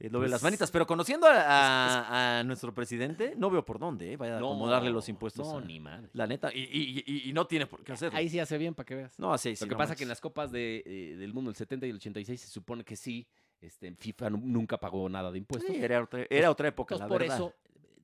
S1: eh, doble las
S2: Pues-
S1: manitas. Pero conociendo a, a- a nuestro presidente, no veo por dónde, ¿eh? Vaya a acomodarle los impuestos.
S2: No,
S1: a-
S2: ni madre.
S1: La neta, y, y- y- y no tiene por qué hacerlo.
S2: Ahí sí hace bien para que veas.
S1: No, así
S2: Lo que pasa que en las copas de, eh, del mundo, el 70 y el 86, se supone que sí, este, FIFA nu- nunca pagó nada de impuestos.
S1: era, otra, era otra época,
S2: Entonces,
S1: la
S2: por
S1: verdad.
S2: eso,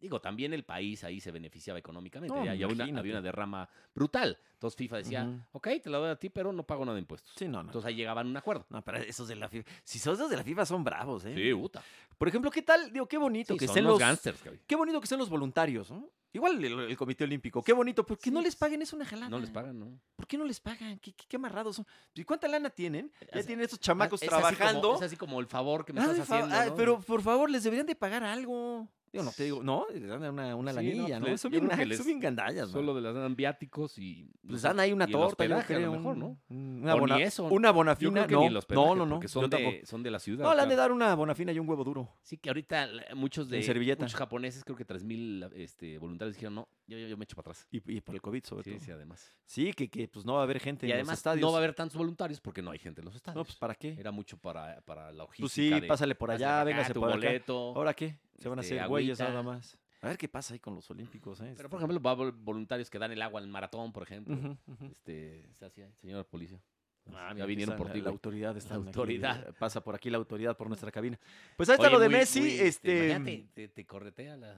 S2: Digo, también el país ahí se beneficiaba económicamente.
S1: No,
S2: ya había, una,
S1: imagínate.
S2: había una derrama brutal. Entonces FIFA decía,
S1: Ujú.
S2: ok, te la doy a ti, pero no pago nada de impuestos.
S1: Sí, no, no.
S2: Entonces ahí llegaban a un acuerdo.
S1: no, pero esos de la FIFA. Si son esos de la FIFA son bravos, ¿eh?
S2: Sí, puta.
S1: Por ejemplo, ¿qué tal? Digo, qué bonito
S2: Sí,
S1: que
S2: son
S1: estén
S2: los
S1: los.
S2: gángsters, cabrón.
S1: Qué bonito que sean los voluntarios, ¿no? Igual el, el Comité Olímpico. Qué bonito, pero que no
S2: Sí,
S1: les paguen es una jalada.
S2: No les pagan, ¿no?
S1: ¿Por qué no les pagan? ¿Qué, qué- qué amarrados son? Pues, ¿Y cuánta lana tienen? Ya
S2: Es-
S1: tienen estos chamacos
S2: Es así ah, como-
S1: trabajando.
S2: es así como el favor que me
S1: Ah,
S2: estás
S1: de fa-
S2: haciendo.
S1: ah,
S2: ¿no?
S1: Pero por favor, les deberían de pagar algo. Digo, no te digo, no, les dan una, una
S2: Sí,
S1: lanilla,
S2: no,
S1: ¿no?
S2: pues,
S1: Son
S2: yo
S1: bien,
S2: creo que
S1: gan- son
S2: les-
S1: bien gandallas, ¿no?
S2: Solo de las dan viáticos y.
S1: Les dan ahí una
S2: y el
S1: torta, yo
S2: hospedaje, a lo
S1: creo,
S2: mejor, ¿no?
S1: un- Una,
S2: O ni
S1: bona-
S2: eso,
S1: una
S2: Yo
S1: bonafina.
S2: creo que
S1: no,
S2: ni el hospedaje,
S1: no, no, no.
S2: Porque
S1: yo
S2: son de,
S1: tampoco.
S2: son de la ciudad.
S1: No, le han de
S2: claro.
S1: dar una bonafina y un huevo duro.
S2: Sí, que ahorita la- muchos de.
S1: En servilleta.
S2: Muchos japoneses, creo que 3.000 este, voluntarios dijeron, no, yo, yo, yo me echo para atrás.
S1: Y, y por el COVID, sobre
S2: Sí,
S1: todo.
S2: sí,
S1: Sí,
S2: además.
S1: que, que pues no va a haber gente
S2: Y
S1: en
S2: además
S1: los estadios.
S2: no va a haber tantos voluntarios porque no hay gente en los estadios.
S1: No, pues ¿para qué?
S2: Era mucho para, para la logística.
S1: Pues sí,
S2: de,
S1: pásale por
S2: "Hazle
S1: allá,
S2: acá
S1: véngase
S2: tu
S1: por acá.
S2: boleto.
S1: ¿Ahora qué? Se van a
S2: este,
S1: hacer güeyes
S2: agüita.
S1: nada más. A ver qué pasa ahí con los olímpicos, ¿eh?
S2: Pero, por ejemplo, va a haber voluntarios que dan el agua en el maratón, por ejemplo.
S1: Ujú, ujú.
S2: Este, se hacía, señor policía.
S1: Ah, mira,
S2: ya
S1: aquí
S2: vinieron
S1: está
S2: por
S1: la-
S2: ti.
S1: La
S2: güey.
S1: autoridad está
S2: autoridad.
S1: pasa por aquí la autoridad por nuestra cabina. Pues ahí está
S2: Oye,
S1: lo de
S2: muy-
S1: Messi.
S2: muy,
S1: este,
S2: imagínate, te, te corretea la.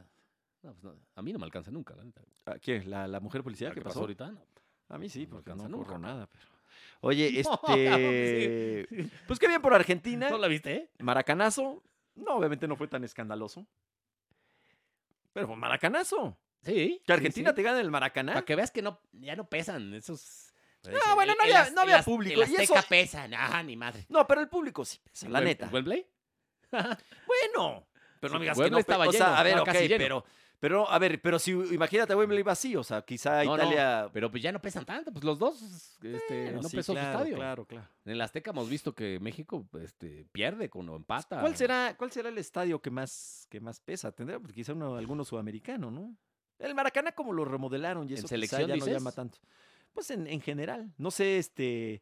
S2: No, pues no, a mí no me alcanza nunca, la neta.
S1: ¿a ¿Quién? ¿La, la mujer policía?
S2: La
S1: ¿Qué
S2: que
S1: pasó?
S2: ahorita? no.
S1: A mí sí,
S2: No me
S1: porque no
S2: alcanza
S1: corro
S2: nunca.
S1: nada. Pero... Oye,
S2: No, cabrón,
S1: este. Pues qué bien por Argentina.
S2: ¿No la viste, eh?
S1: Maracanazo. No, obviamente no fue tan escandaloso. Pero fue maracanazo.
S2: Sí.
S1: Que Argentina te gane el Maracaná.
S2: Para que veas que no, ya no pesan esos. pues,
S1: No, bueno, no había- no había público,
S2: El
S1: y eso-
S2: Azteca pesa, nah, ni madre.
S1: No, pero el público sí pesa, la
S2: ¿En Wem-
S1: neta.
S2: en Wembley?
S1: Bueno, pero no
S2: Sí,
S1: me digas que
S2: Wembley
S1: no pe-
S2: estaba
S1: o sea,
S2: lleno,
S1: a ver,
S2: estaba
S1: ok,
S2: casi lleno.
S1: pero pero a ver, pero si imagínate a Wembley vacío, o sea, quizá
S2: No, no,
S1: Italia
S2: Pero pues ya no pesan tanto, pues los dos este,
S1: Bueno,
S2: no
S1: sí,
S2: pesó
S1: claro,
S2: su estadio.
S1: Claro, claro.
S2: En el Azteca hemos visto que México este, pierde con, o empata.
S1: ¿Cuál será cuál será el estadio que más que más pesa? Tendrá pues, quizá uno, alguno sudamericano, ¿no? El Maracaná como lo remodelaron y
S2: ¿En
S1: eso
S2: selección,
S1: quizá ya no
S2: dices?
S1: llama tanto. Pues en, en general, no sé este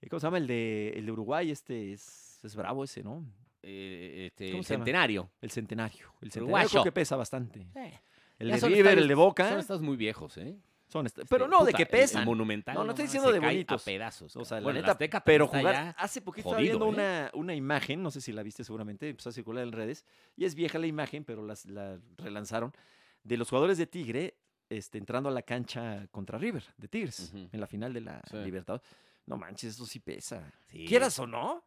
S1: eh, ¿cómo se llama el de el de Uruguay? Este es es bravo ese, ¿no?
S2: Eh, este,
S1: ¿Cómo
S2: el
S1: se llama?
S2: centenario.
S1: El centenario. El centenario
S2: Uruguayo.
S1: creo que pesa bastante. El
S2: Ya
S1: de
S2: son
S1: River, el
S2: estadios-
S1: de Boca.
S2: Son estados muy viejos, ¿eh?
S1: son est-
S2: Este,
S1: pero no, de
S2: puta,
S1: que
S2: el-
S1: pesan.
S2: El, monumental.
S1: No, no
S2: no
S1: estoy
S2: mames,
S1: diciendo
S2: se
S1: de
S2: cae
S1: bonitos.
S2: A pedazos.
S1: Pues, O
S2: cabrón.
S1: sea, la
S2: Bueno, el
S1: neta,
S2: Azteca
S1: pero
S2: está
S1: jugar.
S2: ya-
S1: Hace poquito estaba
S2: jodido,
S1: viendo
S2: ¿eh?
S1: una, una imagen, no sé si la viste seguramente, empezó a circular en redes, y es vieja la imagen, pero las, la relanzaron, de los jugadores de Tigre este, entrando a la cancha contra River, de Tigres,
S2: Ujú.
S1: en la final de la
S2: Sí.
S1: Libertadores. No manches, eso sí pesa.
S2: Sí.
S1: ¿Quieras o no?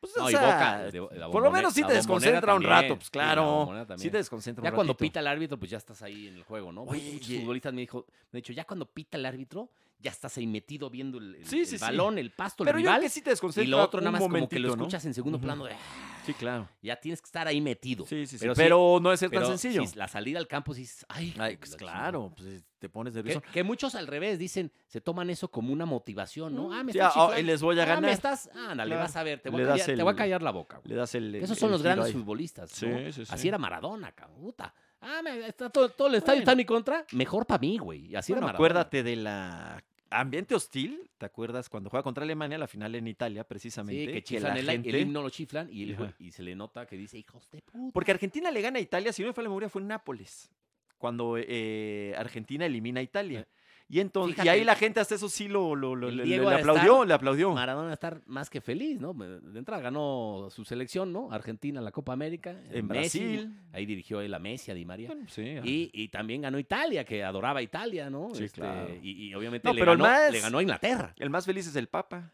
S1: Pues,
S2: No,
S1: o
S2: y
S1: sea,
S2: Boca, el de- la
S1: por lo
S2: Bombonera-
S1: menos sí
S2: la
S1: te
S2: Bombonera
S1: desconcentra un
S2: también.
S1: rato, pues
S2: Sí, la
S1: claro.
S2: Bombonera
S1: Sí
S2: también.
S1: te desconcentra
S2: Ya
S1: un
S2: cuando
S1: ratito.
S2: pita el árbitro, pues ya estás ahí en el juego, ¿no? Muchos- Muchos
S1: Oye.
S2: futbolistas me dijo, me han dicho, ya cuando pita el árbitro, ya estás ahí metido viendo el, el-
S1: Sí,
S2: el
S1: sí, sí.
S2: balón, el pasto, el
S1: Pero yo creo
S2: rival.
S1: que sí te desconcentra
S2: y lo otro nada
S1: un
S2: más como que lo
S1: momentito, ¿no?
S2: escuchas en segundo
S1: Ujú.
S2: plano, de, "Ah,
S1: Sí, claro.
S2: ya tienes que estar ahí metido.
S1: Sí, sí, sí. Pero,
S2: Pero sí-
S1: no es ser tan
S2: Pero
S1: sencillo.
S2: si la salida al campo, sí, dices, ay,
S1: Ay,
S2: hijo
S1: pues
S2: de la
S1: claro, pues te pones nervioso.
S2: chingada". Que, que muchos al revés dicen, se toman eso como una motivación, ¿no? Ah, me
S1: Sí,
S2: estás
S1: ah,
S2: chiflando.
S1: les voy a
S2: Ah,
S1: ganar.
S2: me estás. Ándale,
S1: Claro.
S2: vas a ver, te voy,
S1: Le
S2: a
S1: das
S2: callar, te voy a
S1: el-
S2: callar la boca, güey.
S1: Le das el.
S2: Esos
S1: el-
S2: son
S1: el
S2: los
S1: giro
S2: grandes
S1: ahí.
S2: futbolistas,
S1: Sí,
S2: ¿no?
S1: sí, sí.
S2: Así era Maradona, cabrón. puta. Ah, me- está todo, todo el estadio
S1: Bueno.
S2: está en mi contra. Mejor para mí, güey. Y Así
S1: Bueno,
S2: era Maradona.
S1: acuérdate de la. Ambiente hostil, ¿te acuerdas? Cuando juega contra Alemania, la final en Italia, precisamente.
S2: Sí, que
S1: que
S2: chiflan
S1: la
S2: el,
S1: gente-
S2: el himno, lo chiflan y, el
S1: Ajá.
S2: güey- y se le nota que dice, hijos de puta.
S1: Porque Argentina le gana a Italia, si no me falla la memoria, fue en Nápoles. Cuando eh, Argentina elimina a Italia. Y entonces, y
S2: Eh, Fíjate.
S1: ahí la gente hasta eso sí lo, lo- lo-
S2: El
S1: le,
S2: Diego
S1: le
S2: ha de
S1: aplaudió,
S2: estar
S1: le aplaudió.
S2: Maradona estar más que feliz, ¿no? De entrada ganó su selección, ¿no? Argentina la Copa América.
S1: En
S2: Messi,
S1: Brasil.
S2: Ahí dirigió él a Messi, a Di María.
S1: Bueno, sí, ah.
S2: Y, y también ganó Italia, que adoraba a Italia, ¿no? Este,
S1: Sí, claro.
S2: y, y obviamente
S1: No,
S2: le,
S1: pero el
S2: ganó,
S1: más-
S2: le ganó a Inglaterra.
S1: El más feliz es el Papa.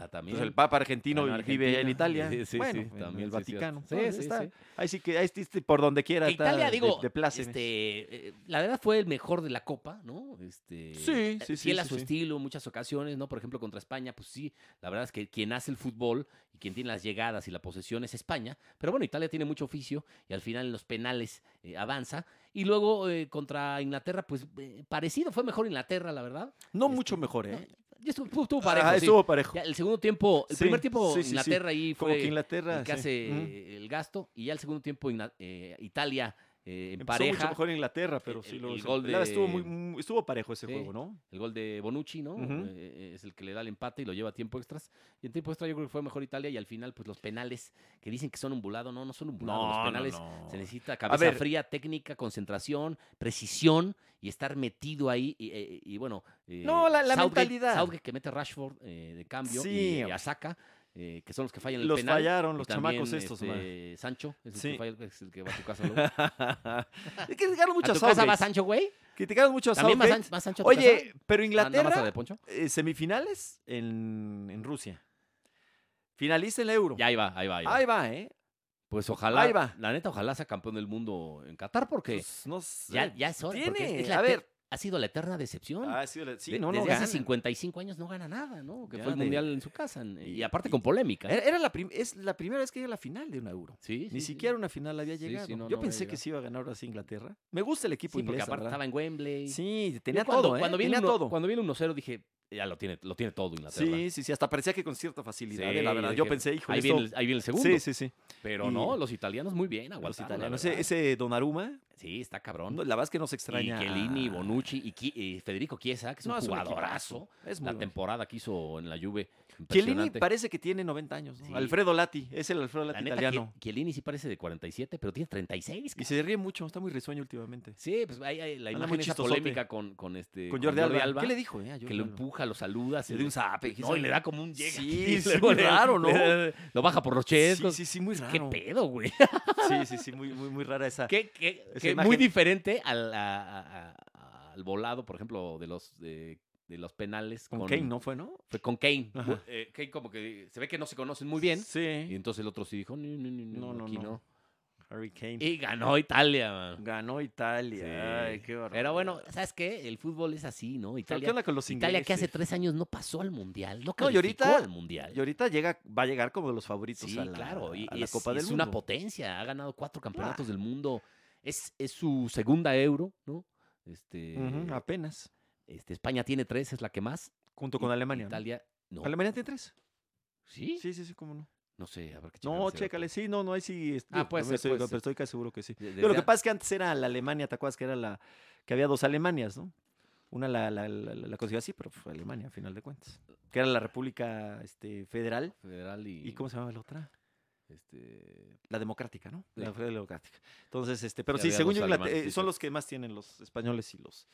S2: Ah, también.
S1: Entonces, el Papa argentino
S2: Ganó
S1: y vive en
S2: Argentina.
S1: Italia.
S2: Sí, sí,
S1: bueno,
S2: sí,
S1: en
S2: también,
S1: el
S2: sí, cierto.
S1: Vaticano.
S2: Sí,
S1: Entonces,
S2: sí,
S1: está-
S2: sí.
S1: Ahí sí que ahí sí, sí, por donde quiera está
S2: Italia, digo,
S1: de, de plácemes.
S2: este, eh, la verdad fue el mejor de la Copa, ¿no? Este,
S1: Sí,
S2: eh,
S1: sí, sí,
S2: Fiel a
S1: sí,
S2: su
S1: sí.
S2: estilo en muchas ocasiones, ¿no? Por ejemplo, contra España, pues sí, la verdad es que quien hace el fútbol y quien tiene las llegadas y la posesión es España. Pero bueno, Italia tiene mucho oficio y al final en los penales eh, avanza. Y luego eh, contra Inglaterra, pues eh, parecido, fue mejor Inglaterra, la verdad.
S1: No
S2: este,
S1: mucho mejor,
S2: no,
S1: ¿eh?
S2: Ya estuvo, estuvo- estuvo parejo,
S1: Ah,
S2: sí.
S1: estuvo parejo.
S2: Ya el segundo tiempo, el
S1: Sí,
S2: primer tiempo
S1: sí, sí, sí.
S2: Inglaterra ahí fue
S1: Como que Inglaterra.
S2: el que
S1: sí.
S2: hace
S1: Ujú.
S2: eh, el gasto y ya el segundo tiempo Igna- eh, Italia eh, en
S1: Empezó mucho
S2: pareja
S1: mejor Inglaterra, pero
S2: el-
S1: sí lo
S2: el
S1: se-
S2: gol
S1: la verdad estuvo
S2: de-
S1: muy- muy- estuvo parejo ese
S2: Sí.
S1: juego, ¿no?
S2: el gol de Bonucci no
S1: Ujú.
S2: Eh, es el que le da el empate y lo lleva a tiempo extras y en tiempo extra yo creo que fue mejor Italia y al final pues los penales que dicen que son un volado no no son un volado los penales se necesita cabeza
S1: ver.
S2: fría técnica concentración precisión y estar metido ahí y, eh, y bueno eh,
S1: No, la- la
S2: Southgate-
S1: mentalidad.
S2: Southgate que mete a Rashford eh, de cambio
S1: Sí,
S2: y,
S1: hombre.
S2: a Saka eh, que son los que fallan el
S1: Los
S2: penal.
S1: fallaron,
S2: y
S1: los
S2: también,
S1: chamacos estos, madre.
S2: este, Sancho es el,
S1: Sí.
S2: que falla- es el que va a tu casa luego.
S1: Es que criticaron
S2: ¿A
S1: mucho a
S2: tu casa va
S1: Southgate.
S2: Sancho, güey?
S1: Criticaron mucho a
S2: ¿También va,
S1: Southgate.
S2: San- va Sancho a tu casa?
S1: Oye, pero
S2: ¿No- no vas a
S1: Inglaterra,
S2: de Poncho?
S1: eh, semifinales en, en Rusia. Finaliza el Euro.
S2: Ya, ahí va, ahí va, ahí va.
S1: Ahí va, ¿eh?
S2: Pues ojalá,
S1: ahí va.
S2: la neta, ojalá sea campeón del mundo en Qatar porque
S1: Pues, no sé.
S2: ya, ya es hora. porque
S1: tiene,
S2: es- es la
S1: a
S2: eter-
S1: ver.
S2: Ha sido la eterna decepción.
S1: Ah, sí, le- sí,
S2: De-
S1: no, no
S2: desde
S1: ganan.
S2: hace 55 años no gana nada, ¿no? Que
S1: Ya
S2: fue el
S1: de-
S2: mundial en su casa. en- Y,
S1: y-
S2: aparte
S1: y-
S2: con polémica.
S1: Era, era la prim- es la primera vez que llega a la final de un Euro.
S2: Sí,
S1: Ni
S2: sí, sí.
S1: siquiera una final había
S2: Sí, sí,
S1: llegado.
S2: no,
S1: Yo
S2: no había
S1: pensé que
S2: llegado.
S1: sí iba a ganar ahora sí Inglaterra. Me gusta el equipo
S2: Sí, porque
S1: inglés. la
S2: aparte
S1: verdad.
S2: estaba en Wembley.
S1: Sí,
S2: Yo
S1: tenía
S2: cuando,
S1: todo, ¿eh?
S2: Cuando viene
S1: tenía
S2: uno-
S1: todo.
S2: Cuando viene 1-0 dije, ya lo tiene, lo tiene todo Inglaterra.
S1: Sí, sí, sí, hasta parecía que con cierta facilidad,
S2: Sí,
S1: eh, la verdad. Yo
S2: dije,
S1: pensé, hijo,
S2: Ahí viene, el, ahí viene el segundo.
S1: Sí, sí, sí.
S2: Pero
S1: Y-
S2: no, los italianos muy bien
S1: Los
S2: aguantaron. la
S1: italianos.
S2: verdad.
S1: Ese, ese Donnarumma,
S2: Sí, está cabrón.
S1: no, la verdad es que nos extraña.
S2: y Chiellini, Bonucci y, Qui- y Federico Chiesa, que es
S1: No,
S2: un
S1: es un
S2: jugadorazo.
S1: equipazo, Es muy
S2: la
S1: bueno.
S2: temporada que hizo en la Juve.
S1: Chiellini
S2: impresionante.
S1: parece que tiene 90 años. ¿no?
S2: Sí.
S1: Alfredo Lati, es el Alfredo
S2: La
S1: Lati
S2: neta,
S1: italiano.
S2: Chie- Chiellini sí parece de 47, pero tiene 36.
S1: Y se ríe mucho, está muy risueño últimamente.
S2: Sí, pues hay, hay la
S1: Anda
S2: imagen
S1: muy
S2: esa
S1: chistosote.
S2: polémica con, con este
S1: Con Jordi, Alba. ¿Qué le
S2: dijo?
S1: dijo, eh? a Jordi
S2: Que lo
S1: Alba?
S2: empuja, lo saluda, se
S1: Le dio un zape.
S2: no, y le da como un llega.
S1: Sí,
S2: aquí,
S1: sí,
S2: luego
S1: muy
S2: le-
S1: raro, ¿no?
S2: le- lo baja por los
S1: Sí,
S2: chescos.
S1: sí, sí, muy
S2: ¿Qué
S1: raro.
S2: pedo, güey?
S1: Sí, sí, sí, muy, muy, muy rara esa.
S2: Que, que-
S1: Esa
S2: que
S1: imagen.
S2: muy diferente al, a- a- a- al volado, por ejemplo, de los, de, de los penales.
S1: Con Kane, ¿no fue, no?
S2: Fue con Kane.
S1: Ajá.
S2: Bu- eh, Kane como que se ve que no se conocen muy bien. Y
S1: Sí.
S2: entonces el otro sí dijo, no, no, no, no,
S1: No, no,
S2: aquí
S1: no.
S2: no".
S1: Harry Kane.
S2: Y ganó Italia, man.
S1: Ganó Italia.
S2: Sí.
S1: Ay, qué barbaridad.
S2: Pero bueno, ¿sabes qué? El fútbol es así, ¿no?
S1: ¿Pero
S2: Italia,
S1: ¿qué onda con los
S2: Italia que hace
S1: ingleses?
S2: tres años no pasó al Mundial, no
S1: No,
S2: calificó
S1: y ahorita-
S2: al Mundial.
S1: Y ahorita llega, va a llegar como de los favoritos
S2: sí,
S1: a la,
S2: claro, y
S1: a la
S2: es,
S1: Copa del
S2: es
S1: Mundo.
S2: una potencia, ha ganado cuatro campeonatos del mundo, es, es su segunda euro, ¿no? Este,
S1: Ujú, apenas.
S2: este, España tiene tres, es la que más.
S1: Junto con
S2: I-
S1: Alemania. ¿no?
S2: Italia, no.
S1: ¿Alemania tiene tres?
S2: ¿Sí?
S1: Sí, sí, sí, cómo no.
S2: No sé, a ver qué
S1: No, chécale, sí, no, no, ahí sí. es-
S2: Ah,
S1: digo,
S2: puede
S1: no
S2: ser,
S1: estoy-
S2: puede
S1: pero
S2: ser.
S1: estoy casi seguro que sí. Pero lo que pasa es que antes era la Alemania, ¿te acuerdas que era la que había dos Alemanias, no? Una la, la, la, la- la consiguió así, pero fue Alemania, a final de cuentas. Que era la República este, Federal.
S2: Federal y...
S1: ¿Y cómo se llamaba la otra?
S2: este,
S1: La democrática, ¿no?
S2: Sí.
S1: La Federal Democrática. Entonces, este, pero
S2: Sí,
S1: sí,
S2: había
S1: según
S2: dos
S1: yo, Inglaterra-
S2: alemanes,
S1: eh,
S2: sí,
S1: son
S2: sí.
S1: los que más tienen los españoles y los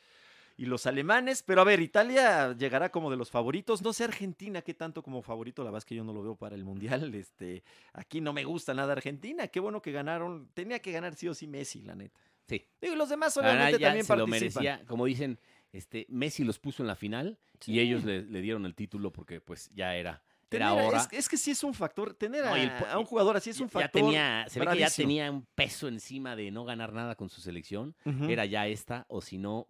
S1: y los alemanes. Pero a ver, Italia llegará como de los favoritos. No sé Argentina qué tanto como favorito. La verdad es que yo no lo veo para el mundial. Este, aquí no me gusta nada Argentina. Qué bueno que ganaron. Tenía que ganar sí o sí Messi, la neta.
S2: Sí.
S1: Digo, y los demás
S2: La verdad,
S1: obviamente
S2: ya
S1: también
S2: se lo
S1: participan.
S2: merecía, como dicen, este, Messi los puso en la final
S1: Sí.
S2: y ellos le, le dieron el título porque pues ya era,
S1: Tener
S2: era
S1: a-
S2: hora.
S1: es, es que sí es un factor. Tener
S2: No, y el
S1: a,
S2: po-
S1: a un jugador así es
S2: Ya-
S1: un factor.
S2: ya tenía, se ve que ya
S1: bravísimo.
S2: tenía un peso encima de no ganar nada con su selección.
S1: Ujú.
S2: Era ya esta, o si no,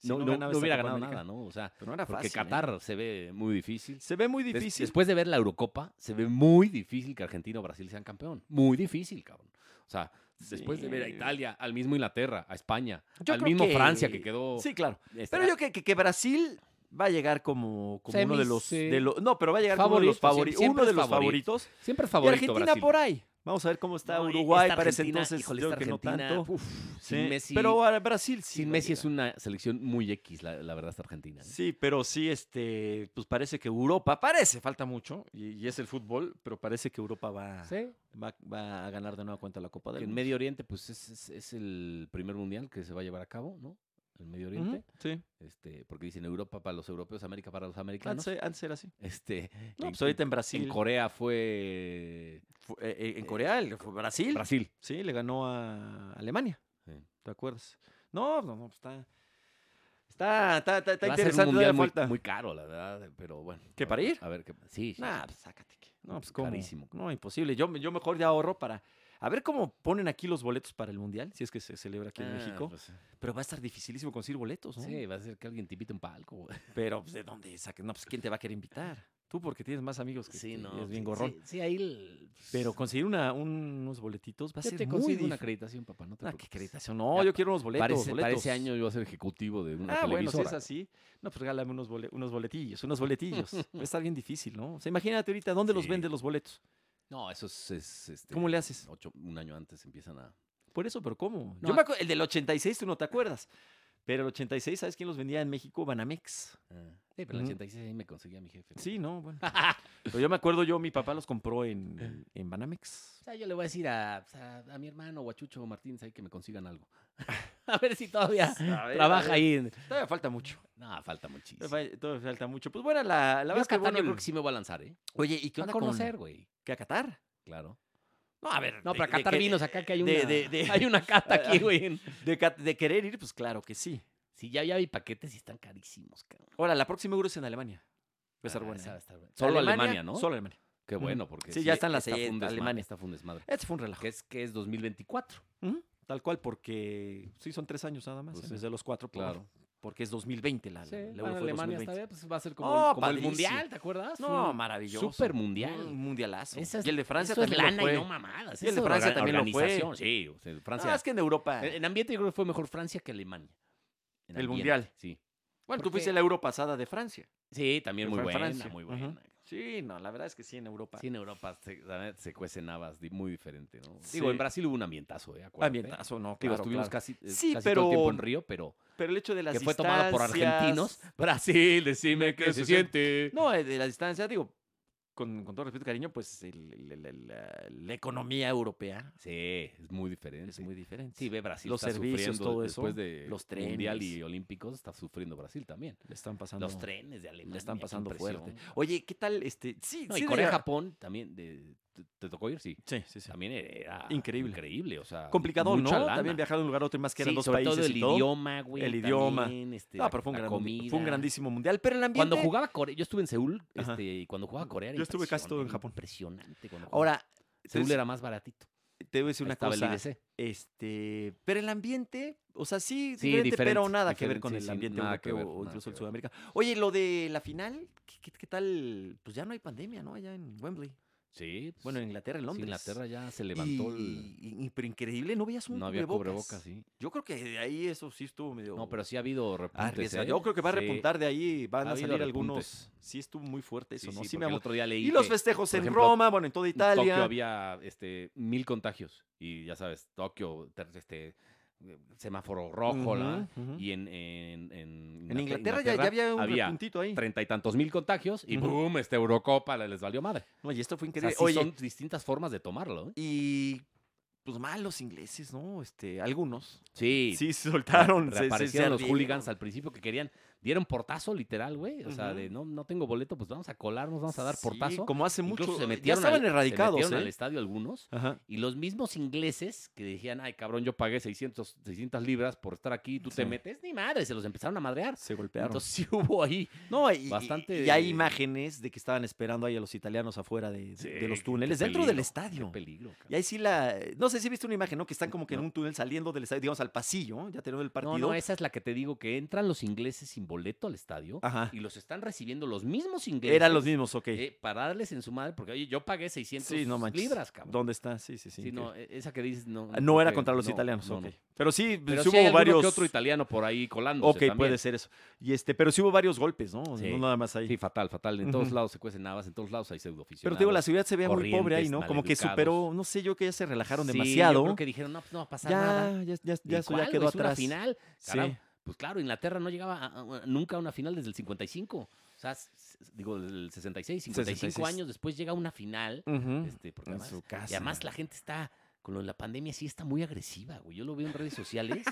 S1: Si
S2: no, no-
S1: ganaba
S2: no
S1: esa
S2: hubiera
S1: Copa
S2: ganado
S1: América.
S2: nada, ¿no? O sea,
S1: Pero no era
S2: porque
S1: fácil, ¿eh?
S2: Qatar se ve muy difícil.
S1: Se ve muy
S2: Des-
S1: difícil.
S2: después de ver la Eurocopa, se ve muy difícil que Argentina o Brasil sean campeón. Muy difícil, cabrón. O sea, después de ver a
S1: Sí.
S2: Italia, al mismo Inglaterra, a España,
S1: Yo
S2: al
S1: creo
S2: mismo Francia que quedó.
S1: Sí, claro.
S2: este,
S1: Pero yo creo que, que Brasil va a llegar como, como uno de
S2: Semis,
S1: los,
S2: sí.
S1: de lo- no, pero va a llegar como uno de los favori-
S2: Favorito, siempre- siempre
S1: uno de
S2: es
S1: los
S2: favorito.
S1: favoritos.
S2: siempre es
S1: Y
S2: favorito
S1: Argentina
S2: Brasil.
S1: por ahí. Vamos a ver cómo está
S2: No, y
S1: Uruguay
S2: esta
S1: para ese
S2: Argentina,
S1: entonces.
S2: híjole,
S1: yo
S2: esta
S1: creo que no
S2: Argentina,
S1: tanto.
S2: uf,
S1: Sí,
S2: sin Messi-
S1: Pero a Brasil sí.
S2: Sin
S1: va a
S2: Messi es
S1: llegar.
S2: una selección muy X, la, la verdad, esta Argentina. ¿eh? ¿no?
S1: Sí, pero sí, este, pues parece que Europa, parece, falta mucho, y, y es el fútbol, pero parece que Europa va,
S2: Sí.
S1: va, va a ganar de nueva cuenta la Copa
S2: que
S1: del
S2: en
S1: Mundo.
S2: Medio Oriente, pues es, es- es el primer mundial que se va a llevar a cabo, ¿no? En Medio
S1: Ujú,
S2: Oriente.
S1: Sí,
S2: este, porque dicen Europa para los europeos, América para los americanos.
S1: antes, antes era así.
S2: Este,
S1: Ah, No,
S2: en-
S1: pues ahorita en
S2: en
S1: Brasil.
S2: Corea fue
S1: fu- eh, eh, en Corea, el- fue Brasil.
S2: Brasil.
S1: Sí, le ganó a Alemania.
S2: Sí.
S1: ¿Te acuerdas? No, no, no, pues está. Está, está, está, está
S2: Va a ser un
S1: interesante.
S2: mundial
S1: todavía
S2: muy,
S1: falta.
S2: muy caro, la verdad, pero bueno.
S1: ¿Qué,
S2: a-
S1: para ir?
S2: A ver, qué sí, sí,
S1: Nah,
S2: sí.
S1: pues sácate. que- No, pues cómo.
S2: Carísimo.
S1: No, imposible. Yo, me- yo mejor ya ahorro para. A ver cómo ponen aquí los boletos para el mundial, si es que se celebra aquí en
S2: Ah,
S1: México.
S2: pues,
S1: Pero va a estar dificilísimo conseguir boletos, ¿no?
S2: Sí, va a ser que alguien te invite un palco. güey.
S1: Pero, pues, ¿de dónde saques? No, pues, ¿quién te va a querer invitar? Tú, porque tienes más amigos que
S2: Sí,
S1: que
S2: no.
S1: es
S2: sí,
S1: bien gorrón.
S2: Sí, sí, ahí. el-
S1: Pero conseguir una, un- unos boletitos va a
S2: Yo
S1: ser
S2: te
S1: muy
S2: consigo
S1: difícil.
S2: una acreditación, papá. No te
S1: Ah, qué
S2: preocupes.
S1: acreditación. No,
S2: Ya
S1: yo quiero unos boletos.
S2: Para ese- para
S1: boletos.
S2: ese año yo voy a ser ejecutivo de una
S1: Ah, bueno, si
S2: televisora.
S1: es así. No, pues regálame unos, bole- unos boletillos, unos boletillos. Va a estar bien difícil, ¿no? O sea, imagínate ahorita, ¿dónde los
S2: Sí.
S1: venden los boletos?
S2: No, eso es, es, este,
S1: ¿Cómo le haces?
S2: ocho- un año antes empiezan a...
S1: Por eso, pero ¿cómo?
S2: No,
S1: Yo me acuer- el del 86, tú no te acuerdas. Pero el 86, ¿sabes quién los vendía en México? Banamex.
S2: Sí, pero en el
S1: Ujú.
S2: 86 ahí me conseguía mi jefe.
S1: Sí, no, bueno. pero yo me acuerdo yo, mi papá los compró en, en- en Banamex.
S2: O sea, yo le voy a decir a, pues, a, a mi hermano o a Chucho Martínez ahí que me consigan algo. a ver si todavía
S1: A ver, a
S2: trabaja
S1: ver.
S2: ahí. en-
S1: Todavía falta mucho.
S2: No, falta muchísimo.
S1: Todavía fa- Todavía falta mucho. Pues bueno, la, la
S2: yo
S1: verdad
S2: a
S1: es que
S2: Qatar
S1: bueno,
S2: yo creo
S1: el-
S2: que sí me voy a lanzar, ¿eh?
S1: Oye, ¿y qué
S2: A
S1: onda
S2: conocer,
S1: con
S2: güey.
S1: que a Qatar?
S2: Claro.
S1: No, a ver.
S2: No,
S1: de-
S2: pero
S1: de
S2: Qatar
S1: que-
S2: vinos, acá que hay una,
S1: de- de- de-
S2: hay una cata aquí, güey. en-
S1: De, ca- de querer ir, pues claro que sí.
S2: Sí, ya, ya vi paquetes y están carísimos, cabrón.
S1: Ahora, la próxima Euro es en Alemania. Va a estar
S2: Ah,
S1: buena,
S2: esa
S1: ¿eh?
S2: va a estar buena. Solo Alemania, ¿no?
S1: Solo Alemania.
S2: Qué
S1: Ujú.
S2: bueno, porque
S1: Sí, ya están las
S2: esta fue
S1: sedes,
S2: un desma-
S1: Alemania.
S2: Esta fue un desmadre.
S1: Este fue un relajo.
S2: Que es, que es 2024.
S1: Ujú, Tal cual, porque sí son tres años nada más,
S2: Pues
S1: en
S2: sí.
S1: vez de los cuatro, por-
S2: Claro.
S1: porque es 2020 la, la, la Euro Ah, fue 2020.
S2: bien, pues va a ser
S1: Oh, padrísimo.
S2: mundial, ¿te acuerdas? Fue
S1: No,
S2: un
S1: maravilloso.
S2: Super mundial.
S1: Un mundialazo.
S2: Esa es-
S1: y el de Francia
S2: eso es
S1: también lo
S2: lana
S1: fue.
S2: y no mamadas.
S1: Y el de
S2: eso
S1: Francia
S2: orga-
S1: también lo fue.
S2: organización, Sí, o sea, Francia.
S1: Ah, es que en Europa.
S2: en, en ambiente yo creo que fue mejor Francia que Alemania. En
S1: El
S2: ambiente,
S1: mundial.
S2: Sí.
S1: bueno, tú
S2: porque-
S1: fuiste a la Euro pasada de Francia.
S2: Sí, también
S1: Pero fue
S2: muy
S1: en
S2: buena,
S1: Francia.
S2: muy
S1: Ujú.
S2: buena.
S1: Sí, no, la verdad es que sí en Europa.
S2: Sí, en Europa se, la neta, se cuecen habas di- muy diferente, ¿no?
S1: Sí.
S2: Digo, en Brasil hubo un ambientazo, ¿eh? Acuérdate.
S1: Ambientazo, no,
S2: Digo,
S1: claro,
S2: estuvimos
S1: claro.
S2: casi, eh,
S1: Sí,
S2: casi todo el tiempo
S1: pero-
S2: en Río, pero
S1: Pero el hecho de las
S2: que fue tomada por
S1: distancias-
S2: argentinos. Brasil, decime
S3: ¿Qué
S2: qué
S3: se
S2: se siente.
S3: siente?
S1: No, eh, de la distancia, digo, con, con todo respeto y cariño, pues el- el- el- la, la economía europea
S2: Sí, es muy diferente.
S1: es muy diferente.
S2: Sí, ve Brasil
S1: Los
S2: está
S1: servicios,
S2: sufriendo
S1: todo
S2: después
S1: eso,
S2: de
S1: los
S2: Mundial
S1: trenes.
S2: y Olímpicos está sufriendo Brasil también.
S1: Le están pasando.
S2: Los trenes de Alemania.
S1: Le están
S2: qué
S1: pasando fuerte.
S2: impresión.
S1: Oye, ¿qué tal? Este, sí,
S2: No,
S1: sí.
S2: y
S1: debería-
S2: Corea-Japón también, de- te, te tocó ir? Sí.
S1: Sí, sí, sí.
S2: También era
S1: Increíble.
S2: increíble o sea,
S1: Complicado, ¿no?
S2: mucha lana.
S1: También viajar de un lugar a otro y más que eran
S2: Sí,
S1: dos
S2: sobre
S1: países
S2: todo el
S1: y todo.
S2: idioma, güey.
S1: El idioma.
S2: también, este,
S1: No,
S2: la-
S1: pero fue un,
S2: la
S1: gran- fue un
S2: comida.
S1: grandísimo mundial. Pero el ambiente.
S2: Cuando jugaba Corea, yo estuve en Seúl,
S1: Ajá.
S2: este, y cuando jugaba Corea era
S1: Yo estuve casi todo en
S2: impresionante,
S1: Japón.
S2: Impresionante. cuando jugaba.
S1: Ahora,
S2: Seúl
S1: entonces,
S2: era más baratito.
S1: te voy a decir
S2: Ahí
S1: una
S2: estaba
S1: cosa.
S2: el IDC.
S1: Este, pero el ambiente, o sea, sí,
S2: Sí,
S1: diferente, pero
S2: diferente,
S1: nada que ver con
S2: diferente,
S1: el
S2: sí, sí,
S1: ambiente
S2: nada que
S1: europeo
S2: ver,
S1: o
S2: nada
S1: incluso el
S2: que ver.
S1: Sudamérica. Oye, lo de la final, ¿qué, qué- qué tal? Pues ya no hay pandemia, ¿no? Allá en Wembley.
S2: Sí. pues,
S1: Bueno, en Inglaterra, en
S2: sí,
S1: Londres.
S2: Inglaterra ya se levantó el...
S1: Y, y- y- pero increíble, no veías un
S2: No había
S1: cubrebocas.
S2: cubrebocas, sí.
S1: Yo creo que de ahí eso sí estuvo medio.
S2: No, pero sí ha habido repuntes.
S1: arriesgado.
S2: ¿eh?
S1: Yo creo que va a
S2: Sí,
S1: repuntar de ahí, van
S2: ha
S1: a
S2: habido
S1: salir
S2: repuntes.
S1: algunos. Sí, estuvo muy fuerte eso,
S2: Sí,
S1: ¿no?
S2: sí,
S1: Sí, me
S2: porque el
S1: amo.
S2: otro día leí
S1: Y los
S2: que
S1: festejos
S2: por
S1: en
S2: ejemplo,
S1: Roma, bueno, en toda
S2: en Tokio
S1: Italia.
S2: había este, mil contagios. Y ya sabes, Tokio, ter- este, semáforo rojo, la-
S1: Ujú, ujú.
S2: Y en, en, en
S1: En
S2: Inglater-
S1: Inglaterra ya, ya había un repuntito ahí.
S2: treinta y tantos mil contagios y
S1: Ujú.
S2: boom, esta Eurocopa le- les valió madre.
S1: No, y esto fue
S2: O sea,
S1: increíble.
S2: sí
S1: Oye,
S2: son distintas formas de tomarlo. ¿eh?
S1: y pues mal los ingleses, ¿no? Este, algunos.
S2: Sí,
S1: Sí, se soltaron. se- se-
S2: Reaparecieron
S1: se
S2: los
S1: ardieron.
S2: hooligans al principio que querían, dieron portazo literal, güey. O sea, de
S1: Ujú.
S2: no, no tengo boleto, pues vamos a colarnos, vamos a dar
S1: Sí,
S2: portazo.
S1: como hace
S2: Incluso
S1: mucho.
S2: se
S1: ya
S2: metieron
S1: estaban
S2: al- se
S1: erradicados,
S2: metieron al
S1: ¿eh?
S2: estadio algunos.
S1: Ajá.
S2: Y los mismos ingleses que decían, ay, cabrón, yo pagué 600, 600 libras por estar aquí, tú te
S1: Sí.
S2: metes, ni madre, se los empezaron a madrear.
S1: Se golpearon.
S2: Entonces sí hubo ahí.
S1: no, y,
S2: bastante-
S1: y hay imágenes de que estaban esperando ahí a los italianos afuera de, de-
S2: Sí,
S1: de los
S2: qué-
S1: túneles,
S2: qué
S1: dentro del
S2: peligro,
S1: estadio.
S2: Qué peligro. cabrón.
S1: Y ahí sí la. No sé si viste una imagen, ¿no? Que están como que en
S2: No.
S1: un túnel saliendo del estadio, digamos, al pasillo, ya tenemos el partido.
S2: No, no, esa es la que te digo, que entran los ingleses sin boleto al estadio
S1: Ajá.
S2: y los están recibiendo los mismos ingleses.
S1: Eran Ah. los mismos, ok.
S2: eh, para darles en su madre, porque oye, yo pagué 600
S1: sí, no manches.
S2: libras, cabrón.
S1: ¿Dónde está? Sí, sí, sí.
S2: Sí, no,
S1: increíble.
S2: e- esa que dices, no.
S1: Ah, no
S2: creo
S1: era
S2: que-
S1: contra los
S2: no,
S1: italianos,
S2: no,
S1: ok.
S2: no.
S1: pero sí, pues, sí
S2: Pero sí
S1: hubo
S2: hay alguno
S1: varios.
S2: que otro italiano por ahí colándose
S1: Ok, puede ser eso. Y este, pero sí hubo varios golpes, ¿no?
S2: Sí.
S1: No nada más ahí.
S2: Sí, fatal, fatal. En todos
S1: Ujú.
S2: lados se cuecen habas, en todos lados hay pseudoaficionados.
S1: pero te digo, la seguridad se veía muy pobre ahí,
S2: corrientes,
S1: ¿no? Como que
S2: maleducados.
S1: superó, no sé yo, que ya se relajaron
S2: Sí,
S1: demasiado.
S2: yo creo que dijeron, no, pues no va a pasar nada.
S1: ya, ya, ya, ya, eso ya
S2: Igual,
S1: quedó
S2: güey, es una
S1: atrás.
S2: final,
S1: Sí.
S2: carajo. Pues claro, Inglaterra no llegaba a- a- a- nunca a una final desde el 55. O sea, s- s- digo, desde el 66, 55
S1: 66.
S2: años después llega a una final.
S1: Ujú.
S2: Este, porque
S1: en
S2: además,
S1: su casa.
S2: y además la gente está, con lo de la pandemia, sí está muy agresiva, güey. Yo lo veo en redes sociales.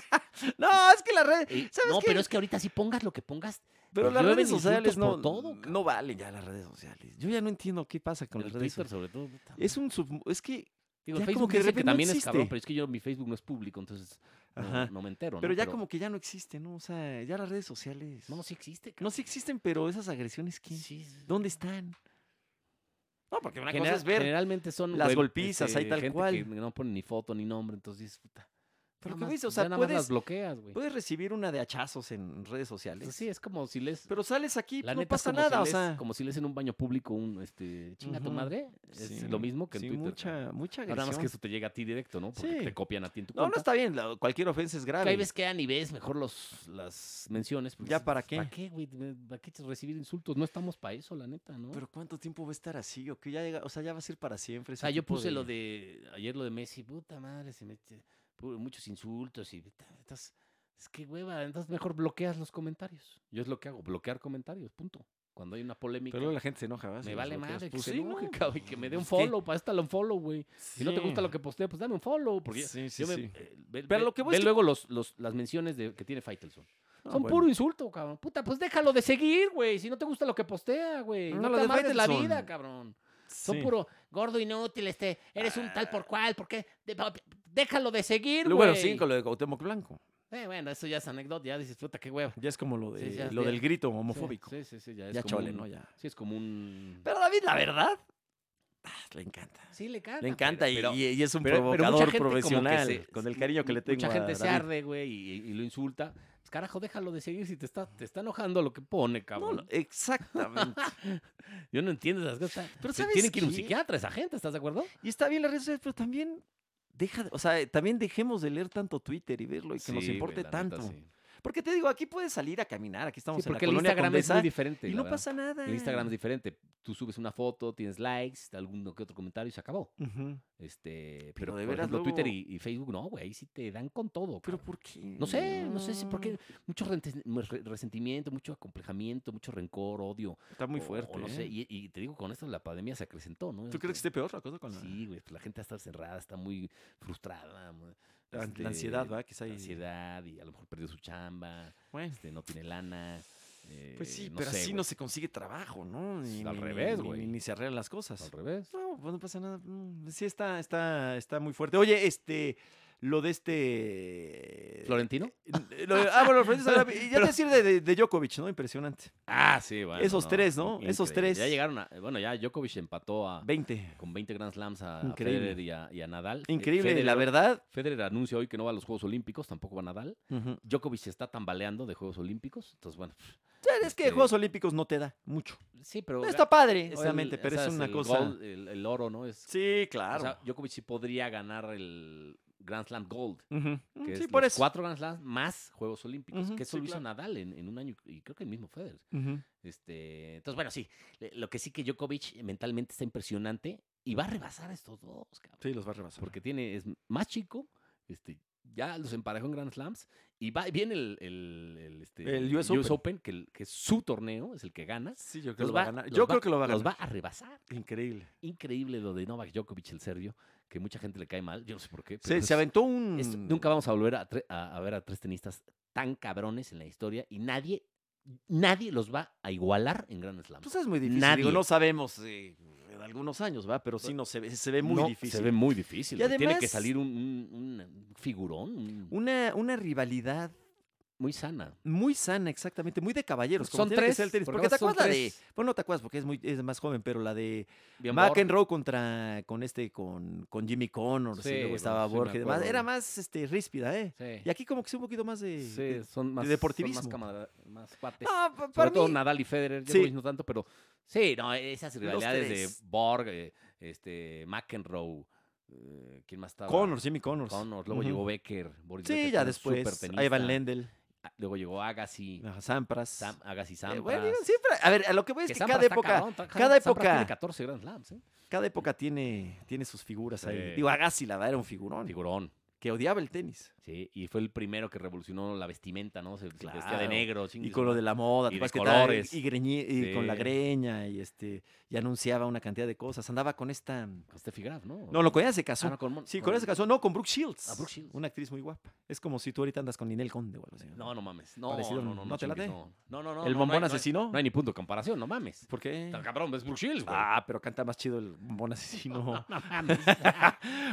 S1: No, es que las redes.
S2: Eh,
S1: ¿Sabes
S2: no,
S1: qué?
S2: pero es que ahorita sí pongas lo que pongas.
S1: Pero
S2: Nos
S1: las
S2: llueven
S1: redes sociales
S2: insultos por
S1: no,
S2: todo,
S1: no
S2: cabrón.
S1: valen ya las redes sociales. Yo ya no entiendo qué pasa con
S2: el
S1: las redes
S2: Twitter,
S1: sociales.
S2: sobre todo. puta
S1: Es un sub... Es que...
S2: Digo, el
S1: Ya
S2: Facebook
S1: como que de
S2: dicen
S1: repente no
S2: también es
S1: existe.
S2: cabrón, pero es que yo mi Facebook no es público, entonces no,
S1: Ajá.
S2: no me entero. ¿no?
S1: Pero ya como que ya no existe, ¿no? O sea, ya las redes sociales...
S2: No, sí existe.
S1: No, sí existen, pero esas agresiones, ¿qué?
S2: cabrón. Sí, sí.
S1: ¿Dónde están? No, porque una
S2: Genera-
S1: cosa es ver...
S2: Generalmente son
S1: las
S2: web-
S1: golpizas, ahí tal
S2: gente
S1: cual.
S2: Que no ponen ni foto ni nombre, entonces dices, puta.
S1: Pero
S2: nada
S1: ¿qué
S2: más- pues,
S1: dices? O
S2: ya
S1: sea,
S2: nada más
S1: puedes,
S2: las bloqueas, güey.
S1: puedes recibir una de hachazos en redes sociales.
S2: Pues sí, es como si les.
S1: Pero sales aquí,
S2: la
S1: no
S2: neta es
S1: pasa
S2: como
S1: nada,
S2: si
S1: o
S2: lees-
S1: sea...
S2: como si lees en un baño público un este, chinga tu
S1: Ujú.
S2: madre. Es
S1: sí,
S2: lo mismo que en
S1: sí,
S2: Twitter. cabrón.
S1: mucha, mucha agresión.
S2: Nada más que eso te llega a ti directo, ¿no? Porque
S1: Sí.
S2: te copian a ti en tu
S1: No, no
S2: cuenta.
S1: está bien, la- cualquier ofensa es
S2: Que
S1: grave.
S2: Hay veces que dan y ves mejor los, las menciones. porque
S1: ¿Ya
S2: dices,
S1: para
S2: pues, ¿Para
S1: qué?
S2: qué, güey? ¿Para qué recibir insultos? No estamos para eso, la neta, ¿no?
S1: Pero ¿cuánto tiempo va a estar así? ¿O que ya llega- o sea, ya va a ser para siempre.
S2: O sea, Ah, yo puse lo de ayer lo de Messi, puta madre, se mete pu- muchos insultos y puta, estás- es que hueva, entonces mejor bloqueas los comentarios. Yo es lo que hago, bloquear comentarios, punto. Cuando hay una polémica,
S1: Pero luego la gente se enoja, ¿verdad? Si
S2: me
S1: los
S2: vale
S1: bloqueas.
S2: madre, que
S1: Pues
S2: se
S1: sí,
S2: enoje,
S1: ¿no?
S2: cabrón, y que me dé un
S1: Pues, ¿qué?
S2: follow, para esto un follow, güey. Si no te gusta
S1: Sí.
S2: lo que posteo, pues dame un follow, porque
S1: Sí, sí,
S2: yo me-
S1: sí.
S2: eh, ve,
S1: Pero
S2: ve-
S1: lo que voy
S2: ve
S1: es que-
S2: luego los, los- las menciones de, que tiene Faitelson.
S1: Ah,
S2: Son
S1: bueno.
S2: puro insulto, cabrón. Puta, pues déjalo de seguir, güey. Si no te gusta lo que postea, güey.
S1: No,
S2: No,
S1: lo
S2: te
S1: de
S2: amargues la
S1: Faitelson.
S2: vida, cabrón. Son
S1: Sí.
S2: puro gordo inútil, este. Eres un tal por cual, ¿por qué? De- déjalo de seguir, güey.
S1: Número 5, lo de Cuauhtémoc Blanco.
S2: Eh, bueno, eso ya es anécdota, ya dices, puta, qué hueva.
S1: Ya es como lo, de,
S2: Sí, ya,
S1: lo
S2: sí.
S1: del grito homofóbico.
S2: Sí, sí, sí, ya es
S1: ya
S2: como
S1: chole,
S2: un-
S1: ¿no? Ya.
S2: Sí, es como un...
S1: Pero David, la verdad, ah, le encanta.
S2: sí, le encanta.
S1: Le encanta y-
S2: pero-
S1: y, y es un
S2: pero- pero mucha
S1: provocador
S2: gente como que
S1: profesional.
S2: se-
S1: con el cariño que le tengo
S2: Mucha
S1: a
S2: gente se
S1: David.
S2: arde, güey, y, y- y lo insulta. Pues, carajo, déjalo de seguir si te está, te está enojando lo que pone,
S1: No,
S2: cabrón.
S1: no, exactamente.
S2: Yo no entiendo esas cosas.
S1: Pero
S2: Se
S1: ¿sabes
S2: tiene que ir un
S1: qué?
S2: psiquiatra esa gente, ¿estás de acuerdo?
S1: y está bien las redes sociales, pero también deja, de- o sea, también dejemos de leer tanto Twitter y verlo y que nos
S2: Sí, güey,
S1: importe
S2: la neta,
S1: tanto.
S2: sí.
S1: Porque te digo, aquí puedes salir a caminar, aquí estamos
S2: Sí,
S1: en la
S2: porque el
S1: colonia
S2: Instagram es muy
S1: Condesa
S2: diferente.
S1: y
S2: la
S1: no
S2: verdad.
S1: pasa nada.
S2: El Instagram es diferente. Tú subes una foto, tienes likes, alguno que otro comentario y se acabó.
S1: Ujú.
S2: Este,
S1: Pero
S2: pero,
S1: de
S2: por
S1: veras
S2: ejemplo, Twitter
S1: luego-
S2: y, y Facebook, no, güey, ahí sí te dan con todo.
S1: Pero
S2: cabrón.
S1: ¿por qué?
S2: no sé, no sé si por qué. Mucho rente- re- resentimiento, mucho acomplejamiento, mucho rencor, odio.
S1: Está muy
S2: o-
S1: fuerte.
S2: O, Oh, no
S1: ¿eh?
S2: sé, y, y te digo, con esto la pandemia se acrecentó, ¿no?
S1: ¿Tú crees que esté peor la cosa con la,
S2: Sí, güey, pues la gente está cerrada, está muy frustrada. mu-
S1: la- la
S2: este,
S1: ansiedad, ¿verdad? Que está ahí.
S2: ansiedad y a lo mejor perdió su chamba,
S1: Bueno,
S2: este, no tiene lana. eh,
S1: pues sí,
S2: no
S1: pero
S2: sé,
S1: así
S2: güey. Pues,
S1: no se consigue trabajo, ¿no? Ni-
S2: al
S1: ni-
S2: revés,
S1: ni-
S2: güey.
S1: Ni, ni se arreglan las cosas.
S2: Al revés.
S1: No, pues no pasa nada. mm, Sí, está, está, está muy fuerte. Oye, este, lo de este.
S2: ¿Florentino?
S1: eh, lo de- ah, bueno, Francisco Arabia, y ya te decir de, de, de Djokovic, ¿no? Impresionante.
S2: Ah, sí, bueno.
S1: Esos tres, ¿no?
S2: increíble.
S1: Esos tres.
S2: Ya llegaron a. Bueno, ya Djokovic empató a,
S1: 20.
S2: con 20 Grand Slams a
S1: Increíble.
S2: Federer y a, y a Nadal. Fe-
S1: Increíble, la
S2: Federer-
S1: verdad.
S2: Federer anuncia hoy que no va a los Juegos Olímpicos, tampoco va a Nadal.
S1: Ujú.
S2: Djokovic se está tambaleando de Juegos Olímpicos. Entonces, bueno,
S1: Ya Es que
S2: Este-
S1: Juegos Olímpicos no te da mucho.
S2: sí, pero.
S1: Está padre,
S2: es el-
S1: obviamente, pero es
S2: sabes,
S1: una
S2: el
S1: cosa.
S2: gold, el, el oro, ¿no? Es,
S1: Sí,
S2: O
S1: claro.
S2: sea, Djokovic sí podría ganar el Grand Slam Gold.
S1: Ujú.
S2: Que
S1: Mm, Sí,
S2: es
S1: por
S2: los
S1: eso.
S2: cuatro Grand Slams más Juegos Olímpicos.
S1: Ujú,
S2: que
S1: sí,
S2: eso lo hizo
S1: claro.
S2: Nadal en, en un año y creo que el mismo Federer.
S1: Ujú.
S2: Este, entonces, bueno, sí. le- Lo que sí que Djokovic mentalmente está impresionante y va a rebasar a estos dos, cabrón.
S1: Sí, los va a rebasar.
S2: Porque tiene, es más chico, este, ya los emparejó en Grand Slams y va, viene el, el, el, este,
S1: El US Open.
S2: que, el- que es su torneo, es el que gana.
S1: Sí, yo creo que
S2: Los
S1: lo va a ganar. Yo
S2: los
S1: creo que lo va a
S2: Los
S1: ganar.
S2: va a rebasar.
S1: Increíble.
S2: Increíble lo de Novak Djokovic, el serbio, que mucha gente le cae mal. Yo no sé por qué.
S1: Se,
S2: pero
S1: se
S2: es-
S1: aventó un.
S2: es- nunca vamos a volver a, tre- a- a ver a tres tenistas tan cabrones en la historia y nadie, nadie los va a igualar en Grand Slam.
S1: Pues es muy difícil.
S2: Nadie.
S1: Digo, no sabemos eh, en algunos años, ¿va? Pero sí no se ve, se ve muy
S2: No,
S1: difícil.
S2: Se ve muy difícil.
S1: Y
S2: güey. Tiene que
S1: además-
S2: salir un, un- un figurón un-
S1: Una, una rivalidad
S2: muy sana.
S1: muy sana, exactamente, muy de caballeros. como
S2: Pues Son
S1: tiene que
S2: tres,
S1: ser el tenis.
S2: porque
S1: Porque te
S2: además son
S1: acuerdas la de.
S2: tres.
S1: Bueno, no te acuerdas porque es muy es más joven, pero la de
S2: Bien Borg.
S1: McEnroe contra con este, con, con Jimmy Connors
S2: Sí,
S1: y luego
S2: bueno,
S1: estaba
S2: sí me
S1: Borges y demás.
S2: acuerdo.
S1: Era más este ríspida, ¿eh?
S2: Sí.
S1: Y aquí como que sí un poquito más de.
S2: Sí,
S1: de-
S2: son más
S1: deportivismo.
S2: son más, camara- más cuates.
S1: no, pa-
S2: Sobre
S1: para
S2: todo
S1: mí.
S2: Nadal y Federer,
S1: Sí.
S2: yo no tanto, pero sí, no, esas
S1: Los
S2: rivalidades
S1: tres.
S2: de Borg, eh, este McEnroe, eh, ¿quién más estaba?
S1: Connors, Jimmy Connors.
S2: Connors, luego
S1: Ujú.
S2: llegó Becker, Boris
S1: Sí,
S2: Becker,
S1: ya
S2: un
S1: después.
S2: supertenista.
S1: A Ivan Lendl,
S2: Ah, Luego llegó Agassi,
S1: a Sampras.
S2: Sam- Agassi
S1: Eh,
S2: Sampras.
S1: bueno, digo, siempre- a ver, a lo que voy es que, cada época, cada
S2: cada época
S1: época-
S2: tiene 14 Grand Slams, ¿eh?
S1: cada época tiene, tiene sus figuras ahí.
S2: Sí.
S1: Digo, Agassi, la verdad, era un figurón.
S2: Figurón.
S1: que odiaba el tenis.
S2: Sí, y fue el primero que revolucionó la vestimenta, ¿no? Se, se vestía de
S1: Claro.
S2: negro, chingue
S1: Y
S2: su
S1: con lo
S2: madre.
S1: de la moda,
S2: Y
S1: te
S2: de
S1: acuerdas que estaba-
S2: colores.
S1: y, greñi- y con la
S2: Sí.
S1: greña y este y anunciaba una cantidad de cosas. Andaba con esta No,
S2: Con Steffi Graf, ¿no?
S1: no, con ella se
S2: Ah,
S1: casó.
S2: no, con Mon-
S1: Sí, con ella se casó, no, con Brooke Shields.
S2: Ah, Brooke Shields.
S1: Una actriz muy guapa. Es como si tú ahorita andas con Ninel Conde o algo así.
S2: No, no mames. No,
S1: Parecido,
S2: no, no,
S1: ¿no te
S2: chingues,
S1: late?
S2: No, no, no. no,
S1: el
S2: no,
S1: bombón
S2: no hay-
S1: asesino.
S2: No hay, no hay ni punto de comparación, no mames.
S1: ¿Por qué?
S2: Tan cabrón, es Brooke Shields, güey.
S1: Ah, pero canta más chido el bombón asesino.
S2: no mames.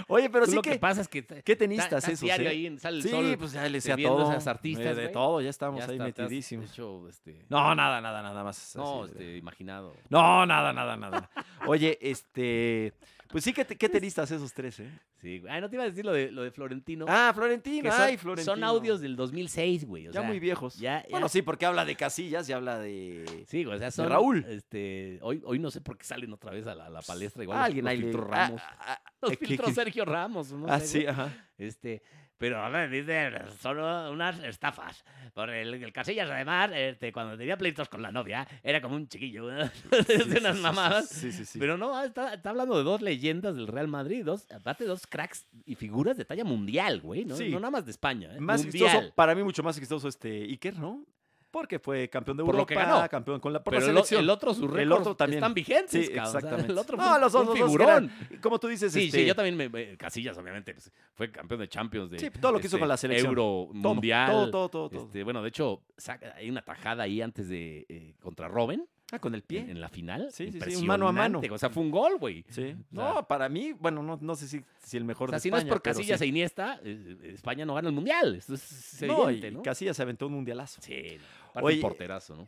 S1: Oye, pero
S2: Tú
S1: sí
S2: lo que,
S1: que
S2: pasa es que ta-
S1: qué
S2: ta-
S1: tenistas
S2: estás
S1: esos,
S2: diario
S1: eh?
S2: ahí en Sale el
S1: Sí,
S2: Sol.
S1: pues ya le
S2: este,
S1: sé a
S2: viendo
S1: todo.
S2: esas artistas,
S1: Eh, de
S2: güey.
S1: todo, ya estamos
S2: ya
S1: ahí
S2: está, te has
S1: metidísimos.
S2: hecho, este,
S1: No, nada, nada, nada más.
S2: no,
S1: así de-
S2: este, imaginado.
S1: No, nada, nada, nada. Oye, este. Pues sí, ¿qué, te- qué tenistas esos tres, eh?
S2: Sí, güey. Ay, no te iba a decir lo de, lo de Florentino.
S1: Ah,
S2: que
S1: Florentino,
S2: son,
S1: ay, Florentino.
S2: Son audios del 2006, güey. o
S1: Ya
S2: sea,
S1: muy viejos.
S2: Ya, ya-
S1: Bueno, sí, porque habla de casillas y habla de.
S2: Sí, güey, o sea, son.
S1: Raúl. Pues,
S2: Este, hoy, hoy no sé por qué salen otra vez a la, a la palestra. Igual los-
S1: alguien
S2: los
S1: ahí le-
S2: filtró
S1: ah,
S2: Ramos.
S1: ah, ah,
S2: Los
S1: eh, que-
S2: filtró
S1: que-
S2: Sergio Ramos. no
S1: ah,
S2: sé,
S1: sí,
S2: güey.
S1: ajá.
S2: Este, pero ahora dice, son unas estafas. Por el, el Casillas, además, este, cuando tenía pleitos con la novia, era como un chiquillo, ¿no?
S1: Sí,
S2: de
S1: sí,
S2: unas
S1: sí,
S2: mamadas.
S1: Sí, sí, sí.
S2: Pero no, está, está hablando de dos leyendas del Real Madrid, dos, aparte dos cracks y figuras de talla mundial, güey, ¿no?
S1: Sí.
S2: No nada más de España, ¿eh?
S1: más
S2: mundial.
S1: exitoso, para mí mucho más exitoso este Iker, ¿no? Porque fue campeón de
S2: Por
S1: Europa,
S2: lo que ganó.
S1: campeón con la, por la
S2: Pero el, o-
S1: selección.
S2: el otro, sus
S1: El
S2: récords
S1: otro también.
S2: están vigentes,
S1: Sí,
S2: cabrón. O sea,
S1: exactamente.
S2: el otro
S1: No,
S2: fue un-
S1: los otros
S2: fue un
S1: dos que
S2: figurón.
S1: Como tú dices,
S2: Sí,
S1: este,
S2: sí, yo también me- me... Casillas, obviamente, pues, fue campeón de Champions de...
S1: sí, todo lo que hizo
S2: este,
S1: con la selección.
S2: Euro,
S1: Todo,
S2: Mundial.
S1: Todo, todo, todo. todo.
S2: Este, bueno, de hecho, saca- hay una tajada ahí antes de eh, contra Robin
S1: ah, con el pie.
S2: en, en la final.
S1: Sí, sí, sí, un mano a mano.
S2: Impresionante, O sea, fue un gol, güey.
S1: Sí.
S2: O sea-
S1: No, para mí, bueno, no, no sé si, si el mejor
S2: O sea,
S1: de
S2: si
S1: España.
S2: no es por
S1: pero
S2: Casillas
S1: sí.
S2: e Iniesta, eh, eh, España no gana el Mundial. Esto es es
S1: No,
S2: evidente,
S1: y
S2: ¿no?
S1: Casillas se aventó un mundialazo.
S2: Sí, no, aparte
S1: Oye,
S2: un porterazo, ¿no?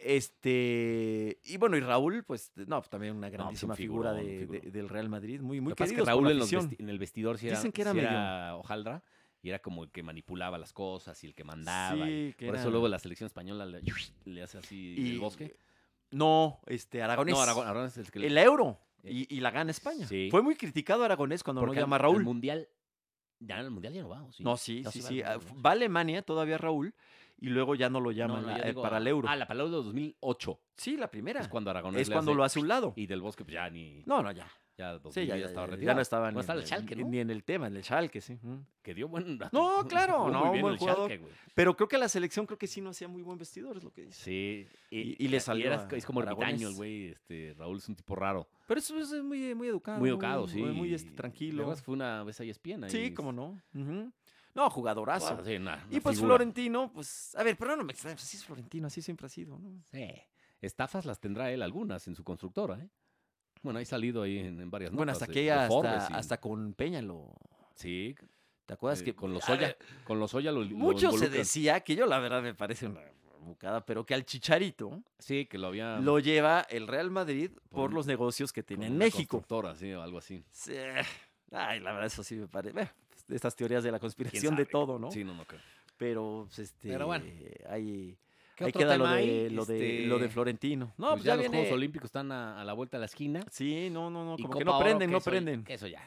S1: Este, y bueno, y Raúl, pues, no, pues, también una
S2: pues, un
S1: grandísima figura
S2: figurón, un
S1: de- de-
S2: figurón.
S1: del Real Madrid, muy, muy
S2: Lo que pasa es
S1: querido.
S2: que Raúl en, los vesti- en el vestidor sí era,
S1: Dicen que era
S2: sí
S1: medio-
S2: era hojaldra y era como el que manipulaba las cosas y el que mandaba. y
S1: Sí, que
S2: por eso
S1: era-
S2: luego la selección española le, le hace así
S1: y-
S2: el bosque.
S1: No, este, Aragonés.
S2: No, Aragón, Aragón es el que le-
S1: El euro.
S2: Eh,
S1: Y, y la gana España.
S2: sí.
S1: Fue muy criticado Aragonés cuando no
S2: porque al-
S1: llama
S2: al
S1: Raúl.
S2: mundial, ya el mundial ya no va, ¿o sí?
S1: No, sí,
S2: No,
S1: sí,
S2: sí va
S1: sí.
S2: al
S1: Ah,
S2: Mundial, ¿no?
S1: Va a Alemania todavía Raúl y luego ya no lo llaman
S2: No, no,
S1: a-
S2: yo
S1: eh,
S2: digo,
S1: para el euro.
S2: Ah, la palabra de 2008.
S1: sí, la primera.
S2: Es cuando Aragón
S1: es cuando lo hace a un lado.
S2: Y del bosque, pues ya ni.
S1: No, no, ya.
S2: Ya,
S1: Sí,
S2: 2000
S1: ya,
S2: ya
S1: ya,
S2: estaba
S1: ya, ya
S2: retirado.
S1: no estaba
S2: Bueno,
S1: ni,
S2: estaba el
S1: en-
S2: Schalke, ¿no?
S1: ni en el tema, en el Schalke, sí. Mm.
S2: Que dio buen.
S1: No, claro,
S2: jugó muy
S1: no, un
S2: bien
S1: buen
S2: el
S1: jugador.
S2: Schalke, güey.
S1: Pero creo que a la selección creo que sí no hacía muy buen vestidor, es lo que dice.
S2: Sí.
S1: Y- y le salió
S2: era-
S1: a
S2: es como
S1: Aragones.
S2: ermitaño el güey. Este, Raúl es un tipo raro.
S1: Pero eso es muy, muy educado.
S2: muy educado, sí.
S1: Muy, este, tranquilo.
S2: Además fue una vez ahí espiana.
S1: Sí, como no. Ujú. No, jugadorazo.
S2: Sí, una-
S1: y
S2: una
S1: pues
S2: figura.
S1: Florentino, pues, a ver, pero no me extraña, pues, sí es Florentino, así siempre ha sido, ¿no?
S2: Sí. Estafas las tendrá él algunas en su constructora, ¿eh? Bueno, hay salido ahí en, en varias
S1: Bueno,
S2: notas
S1: hasta
S2: de-
S1: que
S2: Pues de
S1: ella,
S2: Forbes
S1: hasta,
S2: y-
S1: hasta con Peña lo...
S2: Sí,
S1: ¿Te acuerdas
S2: eh,
S1: que
S2: con los
S1: a ver,
S2: Oya, con los Oya lo, lo
S1: Mucho se
S2: involucran.
S1: decía, que yo la verdad me parece una bucada, pero que al Chicharito
S2: Sí, que lo había
S1: lo lleva el Real Madrid por
S2: Con-
S1: los negocios que
S2: Ah. con
S1: tenía en
S2: una
S1: México.
S2: constructora, sí, o algo así.
S1: Sí. Ay, la verdad, eso sí me parece. bueno, pues, estas teorías de la conspiración de
S2: sabe?
S1: todo, ¿no?
S2: Sí, no, no creo.
S1: Pero, pues, este.
S2: Pero bueno.
S1: Ahí,
S2: ¿Qué
S1: ahí
S2: otro
S1: queda lo
S2: tema
S1: de,
S2: hay?
S1: lo, de,
S2: Este,
S1: lo de Florentino. No,
S2: pues,
S1: pues
S2: ya,
S1: ya,
S2: los
S1: viene.
S2: Juegos Olímpicos están a, a la vuelta de la esquina.
S1: Sí, no, no, no.
S2: Y
S1: Como que
S2: Copa
S1: no
S2: Oro,
S1: prenden, no
S2: eso-
S1: prenden.
S2: que Eso ya.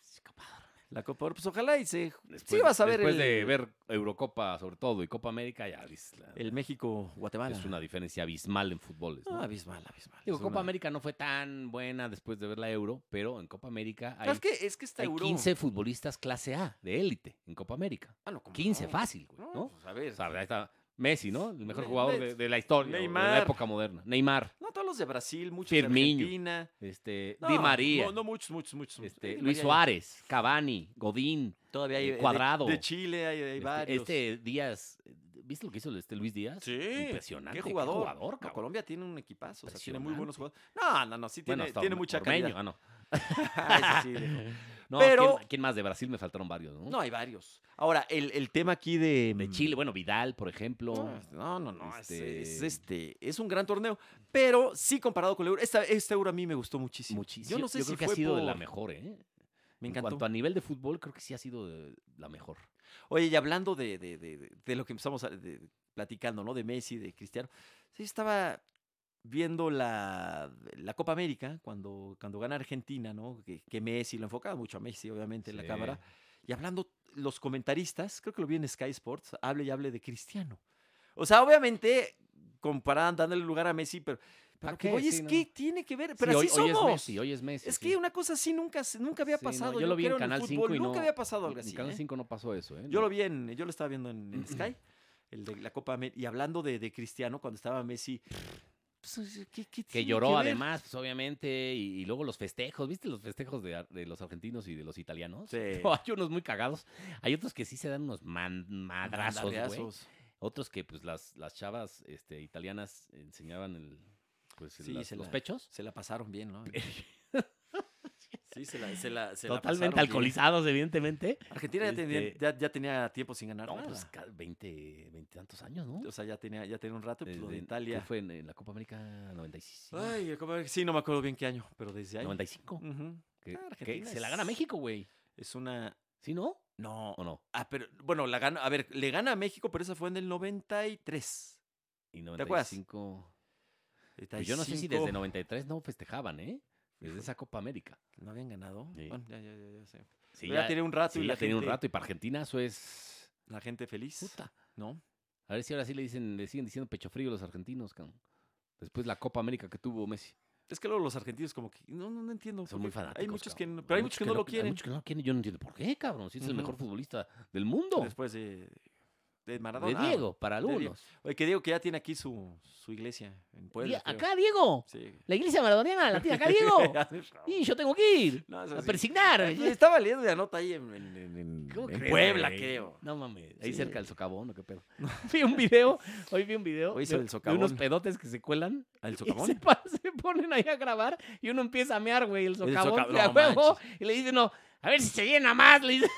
S2: es Copa Oro.
S1: La Copa Oro, pues ojalá y se. sí,
S2: Después-
S1: vas a ver.
S2: Después
S1: el,
S2: de ver Eurocopa, sobre todo, y Copa América, ya dices, la-
S1: el México-Guatemala.
S2: es una diferencia abismal en fútboles. ¿no?
S1: No, abismal, abismal.
S2: Digo,
S1: es
S2: Copa
S1: una-
S2: América no fue tan buena después de ver la Euro, pero en Copa América hay,
S1: ¿Sabes qué? Es que está
S2: hay
S1: Euro.
S2: 15 futbolistas clase A de élite en Copa América.
S1: Ah, no, ¿cómo
S2: 15
S1: no?
S2: fácil, güey,
S1: No,
S2: ¿no?
S1: pues, a ver.
S2: O sea, ahí está Messi, ¿no? El mejor
S1: Me-
S2: jugador
S1: me-
S2: de, de la historia, o de
S1: Neymar.
S2: la época moderna. Neymar,
S1: No, todos los de Brasil, muchos
S2: Firmino.
S1: de Argentina.
S2: este,
S1: No,
S2: Di María,
S1: No, no, muchos, muchos, muchos. muchos.
S2: este,
S1: Eh, Di
S2: Luis
S1: María,
S2: Suárez, Cavani, Godín,
S1: Todavía hay.
S2: eh,
S1: eh, de-
S2: Cuadrado.
S1: De, Chile hay, hay
S2: este-
S1: varios.
S2: este, Díaz, eh, ¿viste lo que hizo este Luis Díaz?
S1: Sí,
S2: Impresionante.
S1: Qué jugador. No,
S2: cabrón.
S1: Colombia tiene un equipazo, o sea, tiene muy buenos
S2: Impresionante.
S1: jugadores. No, no, no, sí tiene,
S2: Bueno, hasta
S1: tiene
S2: Orme-
S1: mucha
S2: Ormeño,
S1: calidad.
S2: ah, no.
S1: Ah, ese sí, dijo.
S2: No,
S1: Pero-
S2: ¿quién, quién más de Brasil? Me faltaron varios, ¿no?
S1: No, hay varios. Ahora, el, el tema aquí de,
S2: De Chile, bueno, Vidal, por ejemplo.
S1: No, no, no, no, es-
S2: Este-
S1: Es, este, es un gran torneo, pero sí comparado con el Euro, esta, este Euro a mí me gustó muchísimo.
S2: Muchísimo.
S1: Yo no sé si
S2: creo que
S1: fue
S2: ha sido de la
S1: por-
S2: mejor, ¿eh?
S1: Me
S2: En cuanto
S1: encantó.
S2: a nivel de fútbol, creo que sí ha sido de la mejor.
S1: Oye, y hablando de, de- de- de- de lo que empezamos a- de- de- platicando, ¿no? De Messi, de Cristiano. Sí, estaba viendo la, la Copa América cuando, cuando gana Argentina, ¿no? Que, que Messi lo enfocaba mucho a Messi, obviamente, en la
S2: Sí.
S1: cámara. Y hablando los comentaristas, creo que lo vi en Sky Sports, hable y hable de Cristiano. O sea, obviamente, comparan, dándole lugar a Messi, pero.
S2: ¿Pa
S1: pero que
S2: qué?
S1: voy,
S2: Sí,
S1: es
S2: no.
S1: que tiene que ver. Pero
S2: Sí, hoy,
S1: así
S2: hoy
S1: somos.
S2: es Messi, hoy es Messi.
S1: Es
S2: sí.
S1: que una cosa así nunca, se- nunca había
S2: Sí, no,
S1: pasado.
S2: yo lo vi en
S1: creo el
S2: Canal 5
S1: fútbol,
S2: y no-
S1: Nunca había pasado algo
S2: En
S1: así.
S2: Canal
S1: ¿eh?
S2: 5 no pasó eso, ¿eh?
S1: Yo
S2: No.
S1: lo vi en, yo lo estaba viendo en, en Sky, el de la Copa América. Y hablando de, de Cristiano, cuando estaba Messi, pues, ¿qué- qué
S2: Que
S1: tiene
S2: lloró
S1: ver?
S2: además, pues, obviamente, y, y luego los festejos, ¿viste los festejos de, ar- de los argentinos y de los italianos?
S1: Sí.
S2: No, hay unos muy cagados, hay otros que sí se dan unos man- madrazos, güey.
S1: Madrazos.
S2: Otros que pues las, las chavas este, italianas enseñaban el, pues,
S1: Sí,
S2: las-
S1: se
S2: los
S1: la-
S2: pechos.
S1: Se la pasaron bien, ¿no? Sí, se la, se la- se la pasaron
S2: Totalmente
S1: bien.
S2: alcoholizados, evidentemente.
S1: Argentina ya, tenía,
S2: Este-
S1: ya, ya tenía tiempo sin ganar
S2: No,
S1: nada.
S2: pues ca- 20, 20 tantos años, ¿no?
S1: O sea, ya tenía, ya tenía un rato, pues, lo de
S2: Desde-
S1: Italia.
S2: ¿qué fue en, en la Copa América 96?
S1: Ay, ¿cómo era? sí, no me acuerdo bien qué año, pero desde ahí.
S2: 95.
S1: Ujú.
S2: Que,
S1: Ah,
S2: que
S1: Argentina
S2: se la
S1: es-
S2: gana México, güey.
S1: Es una...
S2: ¿Sí, no?
S1: No,
S2: ¿O no?
S1: ah, pero bueno, la gana, a ver, le gana a México, pero esa fue en el 93.
S2: Y
S1: acuerdas?
S2: 95. Pues yo no sé si
S1: 95.
S2: desde 93 no festejaban, ¿eh? Desde esa Copa América.
S1: ¿No habían ganado?
S2: Sí.
S1: Bueno, ya, ya, ya, ya sé.
S2: Sí,
S1: Pero ya, tiene un rato
S2: sí,
S1: y
S2: ya
S1: la
S2: tenía un
S1: gente-
S2: rato. Y para Argentina eso es...
S1: La gente feliz.
S2: Puta.
S1: ¿No?
S2: A ver si ahora sí le dicen, le siguen diciendo pecho frío los argentinos, cabrón. Después la Copa América que tuvo Messi.
S1: Es que luego los argentinos como que... No, no, no entiendo.
S2: Son muy
S1: porque
S2: fanáticos.
S1: Hay muchos que
S2: cabrón.
S1: no, pero hay muchos que no lo
S2: Hay
S1: quieren.
S2: muchos que no lo quieren. Yo no entiendo por qué, cabrón. Si es el
S1: Ujú.
S2: mejor futbolista del mundo.
S1: Después de... de
S2: De
S1: Maradona.
S2: Diego, para
S1: de Diego.
S2: algunos.
S1: Oye, que Diego que ya tiene aquí su, su iglesia en Puebla.
S2: Di-
S1: creo.
S2: acá, Diego.
S1: Sí.
S2: La iglesia maradoniana la tiene acá, Diego. Y yo tengo que ir
S1: No, eso
S2: a
S1: sí.
S2: persignar.
S1: Ay, Estaba leyendo la nota ahí en, en- en- en-
S2: ¿Cómo
S1: en
S2: crees,
S1: Puebla,
S2: güey?
S1: creo.
S2: No mames. Ahí
S1: Sí.
S2: cerca del socavón, ¿o qué pedo? Vi un video, hoy vi un video
S1: Hoy
S2: de,
S1: hizo el
S2: de unos
S1: socavón.
S2: pedotes que se cuelan
S1: ¿Al
S2: y se,
S1: socavón?
S2: pa- se ponen ahí a grabar y uno empieza a mear, güey, el socavón.
S1: socavón,
S2: y, a
S1: no
S2: huevo,
S1: manches.
S2: y le dice no, a ver si se llena más. Le dice,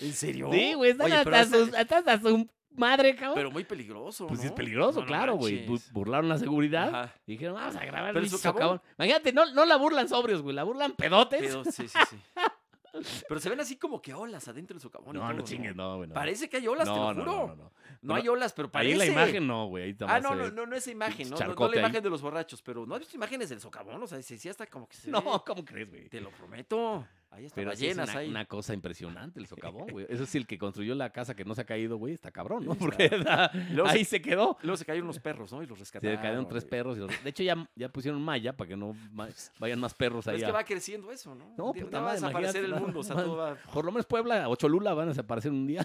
S1: ¿En serio?
S2: sí, güey, están
S1: Oye, pero,
S2: hasta,
S1: hasta-
S2: sus- hasta- hasta su madre, cabrón.
S1: pero muy peligroso,
S2: pues sí es
S1: ¿no? No,
S2: peligroso,
S1: no
S2: claro, güey. Bu-
S1: manches.
S2: Burlaron la seguridad.
S1: Ajá.
S2: Y dijeron, vamos a grabar
S1: Pero
S2: el
S1: su
S2: socavón. Imagínate, no, no la burlan sobrios, güey, la burlan pedotes.
S1: Pedo, sí, sí, sí. Pero se ven así como que olas adentro del socavón. y
S2: no,
S1: todo,
S2: no chingues, no, güey. no.
S1: Parece que hay olas, te
S2: No,
S1: lo
S2: no,
S1: juro.
S2: no,
S1: No,
S2: no, no.
S1: hay olas, pero parece.
S2: Ahí la imagen no, güey. Ahí
S1: Ah,
S2: también
S1: no,
S2: se
S1: no,
S2: ve.
S1: no, no esa imagen, ¿no? No, no
S2: charcote
S1: la
S2: ahí.
S1: imagen de los borrachos, pero ¿no has visto imágenes del socavón? O sea, sí, sí, hasta como que se ve.
S2: No, ¿cómo crees, güey?
S1: Te lo prometo. Ahí hasta
S2: Pero sí es
S1: ballenas
S2: una,
S1: ahí.
S2: una cosa impresionante el socavón, güey. Eso sí, el que construyó la casa que no se ha caído, güey, está cabrón, ¿no?
S1: Sí,
S2: Porque da-
S1: Luego se-
S2: ahí se quedó.
S1: Luego se cayeron unos perros, ¿no? Y los rescataron.
S2: Se cayeron tres
S1: güey.
S2: perros. y los- De hecho, ya, ya pusieron malla para que no ma- vayan más perros
S1: Pero
S2: allá.
S1: es que va creciendo eso, ¿no?
S2: No,
S1: Un día-
S2: puta
S1: un día va a
S2: madre,
S1: desaparecer el
S2: imagínate,
S1: mundo, o sea,
S2: no,
S1: todo va...
S2: Por lo menos Puebla o Cholula van a desaparecer un día.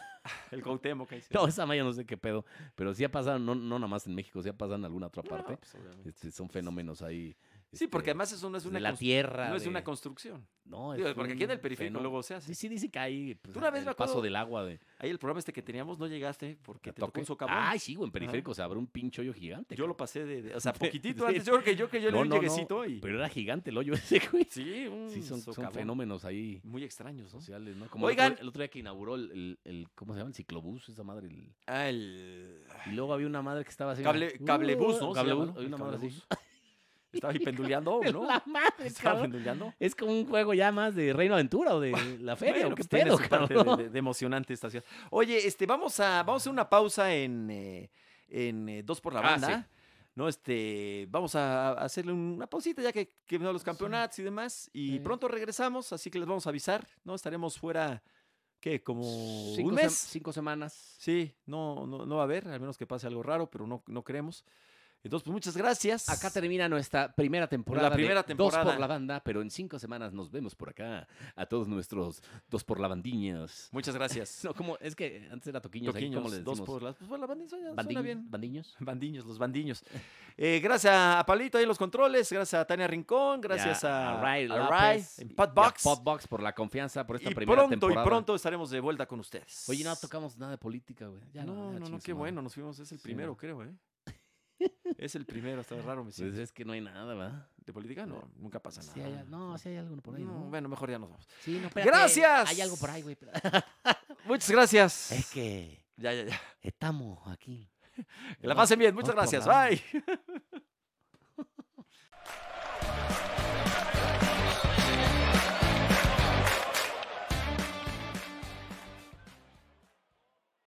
S1: El Cuauhtémoc ahí. se-
S2: No, esa malla no sé qué pedo. Pero sí ha pasado, no, no nada más en México, sí ha pasado en alguna otra
S1: No,
S2: parte.
S1: pues, obviamente.
S2: Este, son fenómenos ahí.
S1: Sí, porque
S2: este,
S1: además eso no es
S2: de
S1: una...
S2: la
S1: cons-
S2: tierra.
S1: No es
S2: de-
S1: una construcción.
S2: No,
S1: Digo, porque aquí en
S2: un
S1: el periférico
S2: fenómeno.
S1: luego se hace.
S2: Sí, sí, dicen que hay pues,
S1: Tú una vez
S2: el
S1: me
S2: paso
S1: acuerdo-
S2: del agua de
S1: Ahí el programa este que teníamos no llegaste porque te tocó
S2: Atoque.
S1: un socavón.
S2: Ay, sí, güey, en periférico se abrió un pinche hoyo gigante.
S1: yo lo pasé de... de- o sea, poquitito
S2: Sí.
S1: antes. Yo creo que yo, que yo
S2: No,
S1: le di
S2: no, no,
S1: un lleguecito y...
S2: Pero era gigante el hoyo ese, güey.
S1: Sí, un
S2: Sí, son, son
S1: socavón.
S2: fenómenos ahí
S1: Muy extraños, ¿no?
S2: sociales, ¿no? Como el
S1: Oigan.
S2: otro- el otro día que inauguró el, el- el- ¿cómo se llama? El ciclobús, esa madre. el-
S1: Ah, el...
S2: y luego había una madre que estaba así.
S1: Cable, cablebus, ¿no? Se
S2: Cablebus,
S1: llama, ¿no? El
S2: había una madre así.
S1: cablebus. Estaba ahí penduleando, ¿no?
S2: La madre,
S1: Estaba
S2: cabrón.
S1: penduleando.
S2: Es como un juego ya más de Reino Aventura o de la feria,
S1: Bueno,
S2: ¿o qué
S1: pues tiene
S2: pedo,
S1: su parte
S2: cabrón?
S1: de, de- de emocionante esta ciudad. Oye, este, vamos a, vamos a hacer una pausa en, eh, en eh, Dos por la
S2: Ah,
S1: Banda. No, este, vamos a hacerle una pausita ya que, que vienen los campeonatos y demás. Y
S2: Sí.
S1: pronto regresamos, así que les vamos a avisar, ¿no? Estaremos fuera, ¿qué? Como
S2: Cinco
S1: un
S2: sem-
S1: mes.
S2: cinco semanas.
S1: Sí, no, no, no va a haber, al menos que pase algo raro, pero no, no creemos. Entonces, pues muchas gracias.
S2: Acá termina nuestra primera temporada.
S1: La primera
S2: de Dos
S1: temporada.
S2: por la banda, pero en cinco semanas nos vemos por acá. A todos nuestros dos por la bandiñas.
S1: Muchas gracias.
S2: No, como es que antes era toquiños, aquí,
S1: Toquiños,
S2: ¿cómo le
S1: dos
S2: decimos?
S1: por la, pues, por la banda, suena- suena
S2: Bandiñ-
S1: bien.
S2: ¿Bandiños?
S1: Bandiños, los bandiños. Eh, gracias a Pablito ahí en los controles, gracias a Tania Rincón, gracias
S2: Ya,
S1: a,
S2: Ray
S1: a Ray
S2: López
S1: en
S2: y-
S1: Pat
S2: y a
S1: Box.
S2: Podbox por la confianza, por esta
S1: y
S2: primera
S1: pronto,
S2: temporada.
S1: y pronto estaremos de vuelta con ustedes.
S2: Oye, no tocamos nada de política, güey. Ya,
S1: no, no,
S2: ya,
S1: no,
S2: chingue su
S1: qué
S2: madre.
S1: bueno, nos fuimos, es el
S2: Sí,
S1: primero,
S2: no.
S1: creo, ¿eh? Es el primero, hasta raro me
S2: Pues
S1: siento.
S2: es que no hay nada, ¿verdad?
S1: De política no, nunca pasa nada.
S2: Sí hay- no, sí hay algo por ahí,
S1: No,
S2: ¿no?
S1: Bueno, mejor ya nos vamos.
S2: Sí, no, espérate,
S1: ¡Gracias!
S2: Hay algo por ahí, güey. pero-
S1: Muchas gracias.
S2: Es que
S1: Ya, ya, ya.
S2: estamos aquí.
S1: Que la pasen bien, muchas
S2: Vamos por
S1: gracias.
S2: la banda.
S1: Bye.